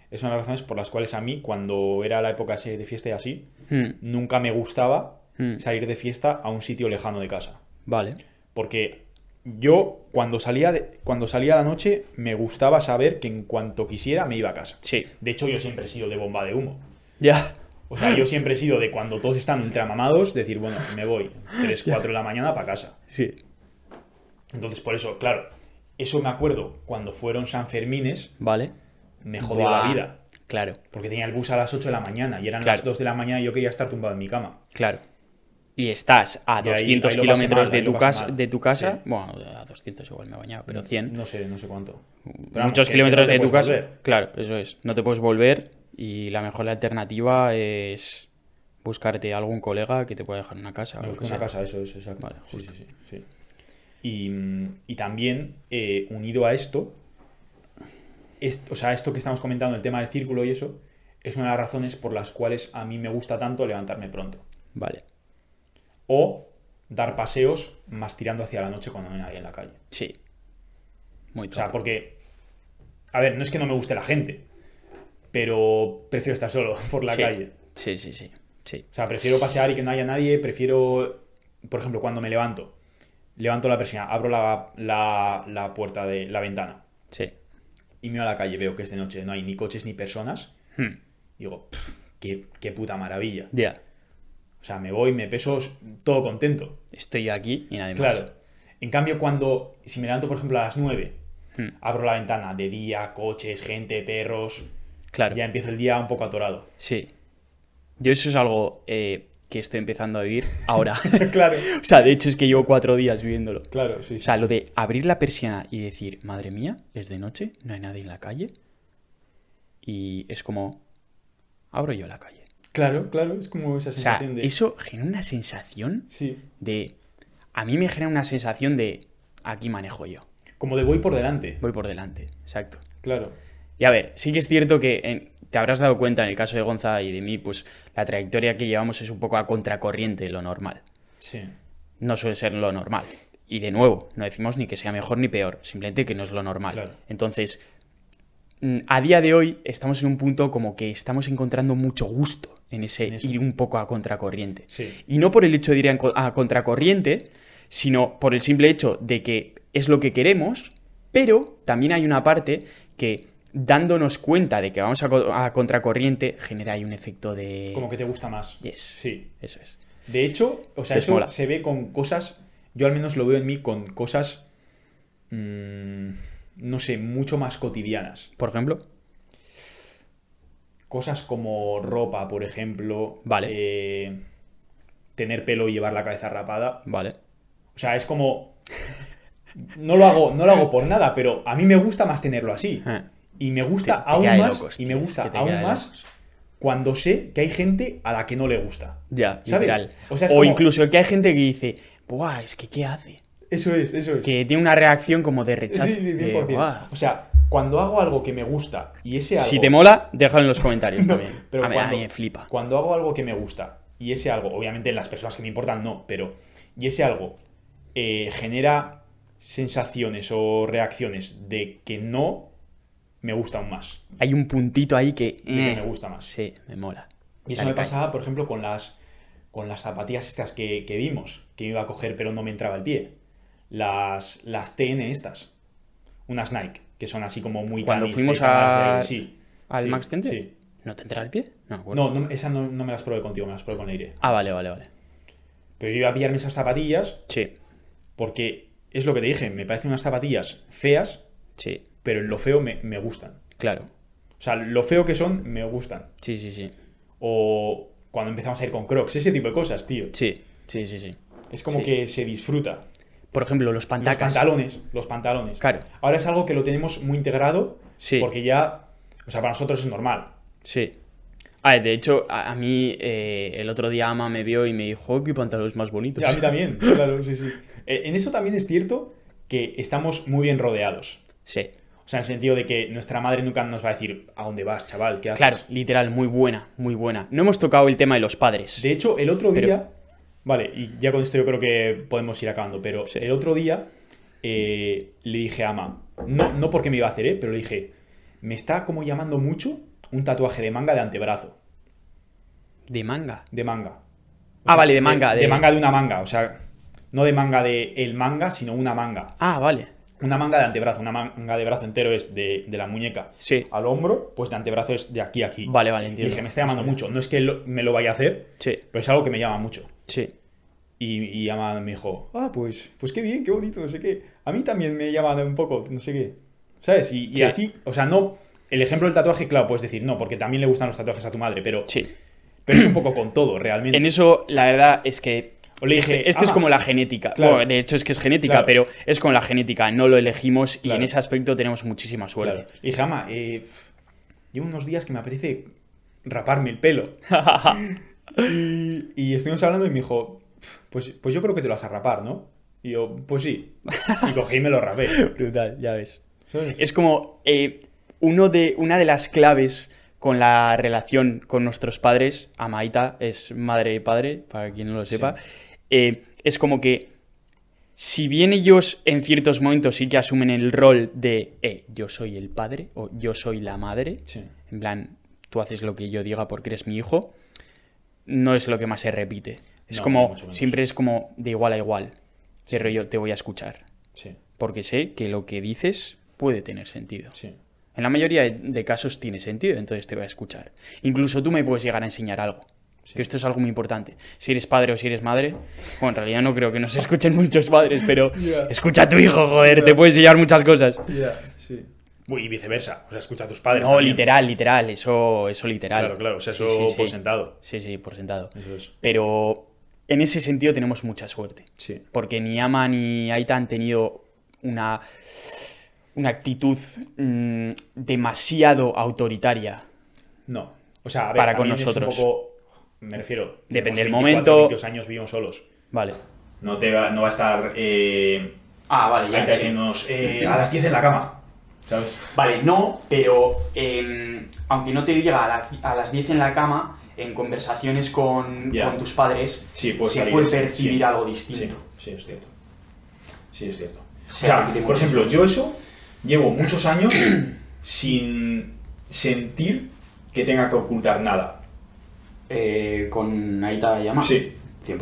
es una de las razones por las cuales a mí, cuando era la época así de fiesta y así,
Hmm,
nunca me gustaba
Hmm.
salir de fiesta a un sitio lejano de casa.
Vale.
Porque yo, cuando salía, de- cuando salía a la noche, me gustaba saber que en cuanto quisiera me iba a casa.
Sí.
De hecho, yo siempre he sido de bomba de humo.
Ya.
O sea, yo siempre he sido de cuando todos están ultramamados, decir, bueno, me voy 3, 4 de la mañana para casa.
Sí.
Entonces, por eso, claro, eso me acuerdo cuando fueron Sanfermines,
Vale.
me jodió
Buah.
la vida.
Claro,
Porque tenía el bus a las 8 de la mañana y eran
Claro.
las 2 de la mañana y yo quería estar tumbado en mi cama.
claro. Y estás a
Y ahí-
200
ahí lo pasé
kilómetros
mal,
de,
ahí lo
tu
pasé
casa,
mal.
de tu casa.
Sí.
Bueno, a 200 igual me bañaba, pero 100.
No sé, no sé cuánto. Pero vamos,
Muchos
que-
kilómetros
que
de
no te
tu
puedes
casa.
volver.
Claro, eso es. No te puedes volver y la mejor alternativa es buscarte algún colega que te pueda dejar una casa. o
Me
lo
busqué
que
una
sea.
casa, eso es, exacto.
Vale,
Sí,
justo.
sí, sí, sí. Y, mm, y también, eh, unido a esto, est- o sea, esto que estamos comentando, el tema del círculo y eso, es una de las razones por las cuales a mí me gusta tanto levantarme pronto.
Vale.
O dar paseos más tirando hacia la noche cuando no hay nadie en la calle.
Sí. Muy
O sea,
top.
porque. A ver, no es que no me guste la gente, pero prefiero estar solo por la
sí.
calle.
Sí, sí, sí. Sí.
O sea, prefiero pasear y que no haya nadie, prefiero, por ejemplo, cuando me levanto, levanto la persiana, abro la, la- la puerta de la ventana
Sí.
y miro a la calle, veo que es de noche, no hay ni coches ni personas,
Hmm.
digo, "Pff, qué, qué puta maravilla.
Ya.
O sea, me voy, me peso, todo contento.
Estoy aquí y nadie más.
Claro. En cambio, cuando, si me levanto, por ejemplo, a las 9,
Hmm.
abro la ventana, de día, coches, gente, perros,
Claro.
ya empiezo el día un poco atorado.
Sí. Yo eso es algo eh, que estoy empezando a vivir ahora.
claro,
o sea, de hecho es que llevo cuatro días viviéndolo.
claro, sí.
O sea, lo de abrir la persiana y decir, madre mía, es de noche, no hay nadie en la calle. Y es como, abro yo la calle.
Claro, claro, es como esa
O sea,
sensación de...
eso genera una sensación
Sí.
de... A mí me genera una sensación de, aquí manejo yo,
Como de voy por delante.
voy por delante, exacto.
Claro.
Y a ver, sí que es cierto que en- te habrás dado cuenta en el caso de Gonza y de mí, pues la trayectoria que llevamos es un poco a contracorriente de lo normal.
Sí.
no suele ser lo normal. Y de nuevo, no decimos ni que sea mejor ni peor, simplemente que no es lo normal.
Claro.
Entonces, mm, a día de hoy estamos en un punto como que estamos encontrando mucho gusto en ese
En eso.
ir un poco a contracorriente.
Sí.
Y no por el hecho de ir a, enco- a contracorriente, sino por el simple hecho de que es lo que queremos, pero también hay una parte que dándonos cuenta de que vamos a, co- a contracorriente genera ahí un efecto de...
Como que te gusta más.
Eh, Yes.
Sí.
Eso es.
De hecho, o sea,
Te
eso
mola.
se ve con cosas. Yo al menos lo veo en mí con cosas. mm, no sé, mucho más cotidianas.
Por ejemplo,
Cosas como ropa, por ejemplo.
Vale.
eh, tener pelo y llevar la cabeza rapada.
vale.
O sea, es como. No lo hago, no lo hago por nada, pero a mí me gusta más tenerlo así.
Ah.
Y me gusta
Te- te queda
aún
de
más.
locos,
y me
tío, es
gusta
que te queda
aún
de
más
locos.
cuando sé que hay gente a la que no le gusta.
Ya,
¿Sabes?
literal. O,
O sea, es como-
incluso que hay gente que dice, ¡buah! Es que ¿qué hace?
Eso es, eso es.
Que tiene una reacción como de
Sí,
rechazo.
sí, sí,
de,
100%.
"Buah".
o sea, cuando hago algo que me gusta y ese algo.
Si te mola, déjalo en los comentarios
No,
también.
pero
a, mí, a
cuando,
mí me flipa.
Cuando hago algo que me gusta y ese algo, obviamente en las personas que me importan no, pero. Y ese algo eh, genera sensaciones o reacciones de que no me gusta aún más.
Hay un puntito ahí que.
De que
eh,
me gusta más.
Sí, me mola.
Y eso
Dale,
me
cae.
pasaba, por ejemplo, con las con las zapatillas estas que, que vimos, que me iba a coger pero no me entraba el pie. Las, las TN estas. Unas Nike, que son así como muy
Cuando
canis de
fuimos
cámaras
a-
sí,
¿Al
sí,
Max Tender?
sí.
¿No te entra el pie? No, me acuerdo.
No, no, esas no, no me las probé contigo, me las probé con Leire.
Ah, vale, vale, vale.
Pero yo iba a pillarme esas zapatillas
Sí,
porque es lo que te dije, me parecen unas zapatillas feas,
sí,
pero en lo feo me, me gustan.
claro.
O sea, lo feo que son, me gustan.
Sí, sí, sí.
O cuando empezamos a ir con Crocs, ese tipo de cosas, tío.
Sí, sí, sí, sí.
Es como
Sí.
que se disfruta.
Por ejemplo, los
Los
pantacas.
pantalones, los pantalones.
Claro.
Ahora es algo que lo tenemos muy integrado
Sí.
porque ya, o sea, para nosotros es normal.
Sí. Ah, de hecho, a, a mí eh, el otro día Ama me vio y me dijo, "Oh, qué pantalones más bonitos.
A mí también, claro, sí, sí. Eh, En eso también es cierto que estamos muy bien rodeados.
Sí.
O O sea, en el sentido de que nuestra madre nunca nos va a decir a dónde vas, chaval, qué haces.
Claro, literal, muy buena, muy buena. No hemos tocado el tema de los padres.
De hecho, el otro día. Vale, y ya con esto yo creo que podemos ir acabando, pero
Sí.
el otro día eh, le dije a Ama, no, no porque me iba a hacer, ¿eh? pero le dije, me está como llamando mucho un tatuaje de manga de antebrazo,
De manga.
de manga.
Ah, vale, de manga,
De,
de-
manga de una manga, o sea, no de manga de el manga, sino una manga.
Ah, vale.
Una manga de antebrazo, una manga de brazo entero es de, de la muñeca
Sí.
al hombro, pues de antebrazo es de aquí a aquí.
Vale, vale,
Y
entiendo.
dije, me está llamando mucho, no es que lo- me lo vaya a hacer,
Sí,
pero es algo que me llama mucho.
sí.
Y, y Ama me dijo, ah, pues, pues qué bien, qué bonito, no sé qué. A mí también me llama un poco, no sé qué. ¿Sabes? Y, y
Sí.
así, o sea, no. El ejemplo del tatuaje, claro, puedes decir no, porque también le gustan los tatuajes a tu madre, pero,
Sí.
pero es un poco con todo, realmente.
En eso, la verdad es que.
O le dije,
Este, esto es
"Ama".
como la genética.
Ah, Claro.
Bueno, de hecho, es que es genética,
Claro.
pero es con la genética. No lo elegimos y
Claro.
en ese aspecto tenemos muchísima
Claro.
suerte.
Le dije, Ama, eh, llevo unos días que me apetece raparme el pelo. y, y estuvimos hablando y me dijo, pues, pues yo creo que te lo vas a rapar, ¿no? Y yo, pues sí. Y cogí y me lo rapé.
Brutal, ya ves.
¿sabes?
Es como eh, uno de, una de las claves con la relación con nuestros padres, Amaita es madre y padre, para quien no lo sepa, eh, es como que si bien ellos en ciertos momentos sí que asumen el rol de eh, yo soy el padre o yo soy la madre,
Sí.
en plan, tú haces lo que yo diga porque eres mi hijo, no es lo que más se repite. Es
No, ni
como,
mucho menos.
siempre es como de igual a igual. Sí, rollo, te voy a escuchar
Sí,
porque sé que lo que dices puede tener sentido.
sí.
En la mayoría de- de casos tiene sentido, entonces te voy a escuchar. Incluso tú me puedes llegar a enseñar algo. Que esto es algo muy importante. Si eres padre o si eres madre, bueno, en realidad no creo que nos escuchen muchos padres, pero
Ya.
escucha a tu hijo, joder, te puedes enseñar muchas cosas.
sí. Y viceversa. O sea, escucha a tus padres.
No,
también.
literal, literal, eso, eso literal.
Claro, claro. O sea,
Sí,
eso pues
sí, sí.
por sentado.
Sí, sí, por sentado.
Eso es.
Pero en ese sentido tenemos mucha suerte.
Sí.
Porque ni Ama ni Aita han tenido una, una actitud mm, demasiado autoritaria.
No. O sea, a ver,
Para con
también es
nosotros.
un poco. Me refiero.
Depende del
tenemos 24,
momento.
22 años vivimos solos.
Vale.
No, te va, no va a estar. Eh,
Ah, vale,
ahí diciéndonos, eh, a las 10 en la cama. ¿Sabes?
Vale, no, pero eh, aunque no te diga a, la- a las 10 en la cama, en conversaciones con,
Ya.
con tus padres,
Sí, puede
se
salir,
puede
sí,
percibir
sí.
algo distinto.
Sí, sí, es cierto. Sí, es cierto. O
sea,
sea,
que te
por
mueres.
ejemplo, yo eso llevo muchos años sin sentir que tenga que ocultar nada.
Eh, con Aita y Ama.
Sí.
100%.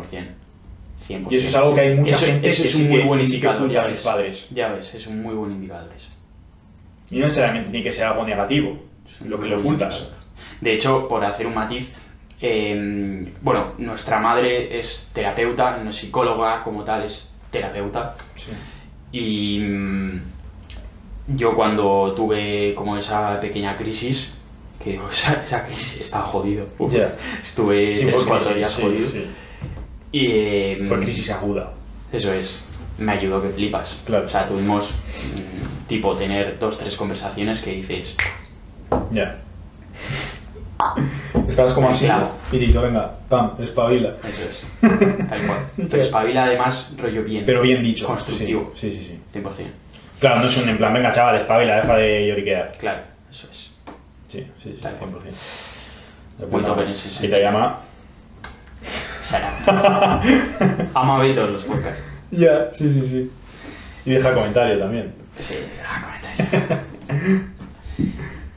100%.
Y eso es algo que hay mucha
Eso-
gente
eso
que
es
sí
un muy
que-
buen
que sí que
indicador.
oculta
Ya
a sus
ves,
padres.
Ya ves, es un muy buen indicador. eso.
Y no necesariamente tiene que ser algo negativo,
Es un
lo que
muy
le
buen
ocultas.
indicador. De hecho, por hacer un matiz, eh, bueno, nuestra madre es terapeuta, no es psicóloga como tal, es terapeuta.
Sí.
Y mm, yo cuando tuve como esa pequeña crisis, que digo, esa, esa crisis estaba jodido. Uf,
Ya.
Estuve
Sí,
tres,
fue
cuatro
crisis,
días
sí,
jodido.
sí.
Y, eh,
Fue crisis aguda.
Eso es, me ayudó que flipas.
Claro.
O sea, tuvimos mm, tipo tener dos, tres conversaciones que dices,
Ya. Estabas como así.
Claro.
Pitito, venga, pam, espabila.
eso es, tal cual. Pero espabila además rollo bien.
Pero bien dicho.
Constructivo.
Sí, sí, sí. sí.
100%.
Claro, no es un en plan, venga chaval, espabila, deja de lloriquear.
Claro, eso es.
Sí, sí, sí,
Tal
100%.
cual. Muy
De acuerdo.
top en ese
Y
sentido.
te llama.
Sara. Ama ver todos los podcasts.
Ya, sí, sí, sí. Y deja comentario también.
Sí, deja comentario.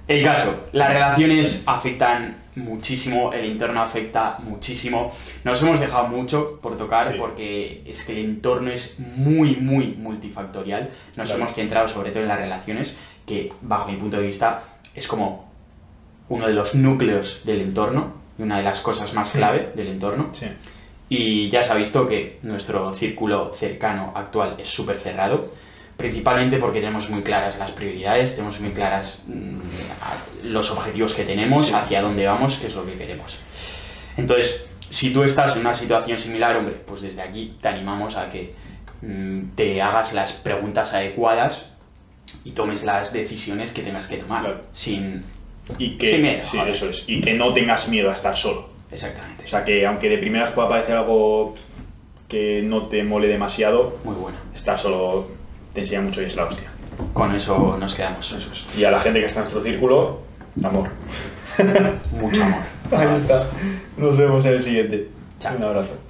El caso, las relaciones afectan muchísimo, el entorno afecta muchísimo. Nos hemos dejado mucho por tocar
Sí.
porque es que el entorno es muy, muy multifactorial. Nos
Claro.
hemos centrado sobre todo en las relaciones, que bajo mi punto de vista es como uno de los núcleos del entorno y una de las cosas más clave del entorno.
Sí.
Y ya se ha visto que nuestro círculo cercano actual es súper cerrado, principalmente porque tenemos muy claras las prioridades, tenemos muy claras mm, a- los objetivos que tenemos,
Sí.
hacia dónde vamos, qué es lo que queremos. Entonces, si tú estás en una situación similar, hombre, pues desde aquí te animamos a que mm, te hagas las preguntas adecuadas y tomes las decisiones que tengas que tomar.
Claro.
Sin...
Y que,
Sí, miedo,
sí,
joder.
eso es. Y que no tengas miedo a estar solo.
Exactamente.
O sea, que aunque de primeras pueda parecer algo que no te mole demasiado,
Muy bueno.
estar solo te enseña mucho y es la hostia.
Con eso nos quedamos. Eso es.
Y a la gente que está en nuestro círculo, amor.
Mucho amor.
Ahí está. Nos vemos en el siguiente.
Chao.
Un abrazo.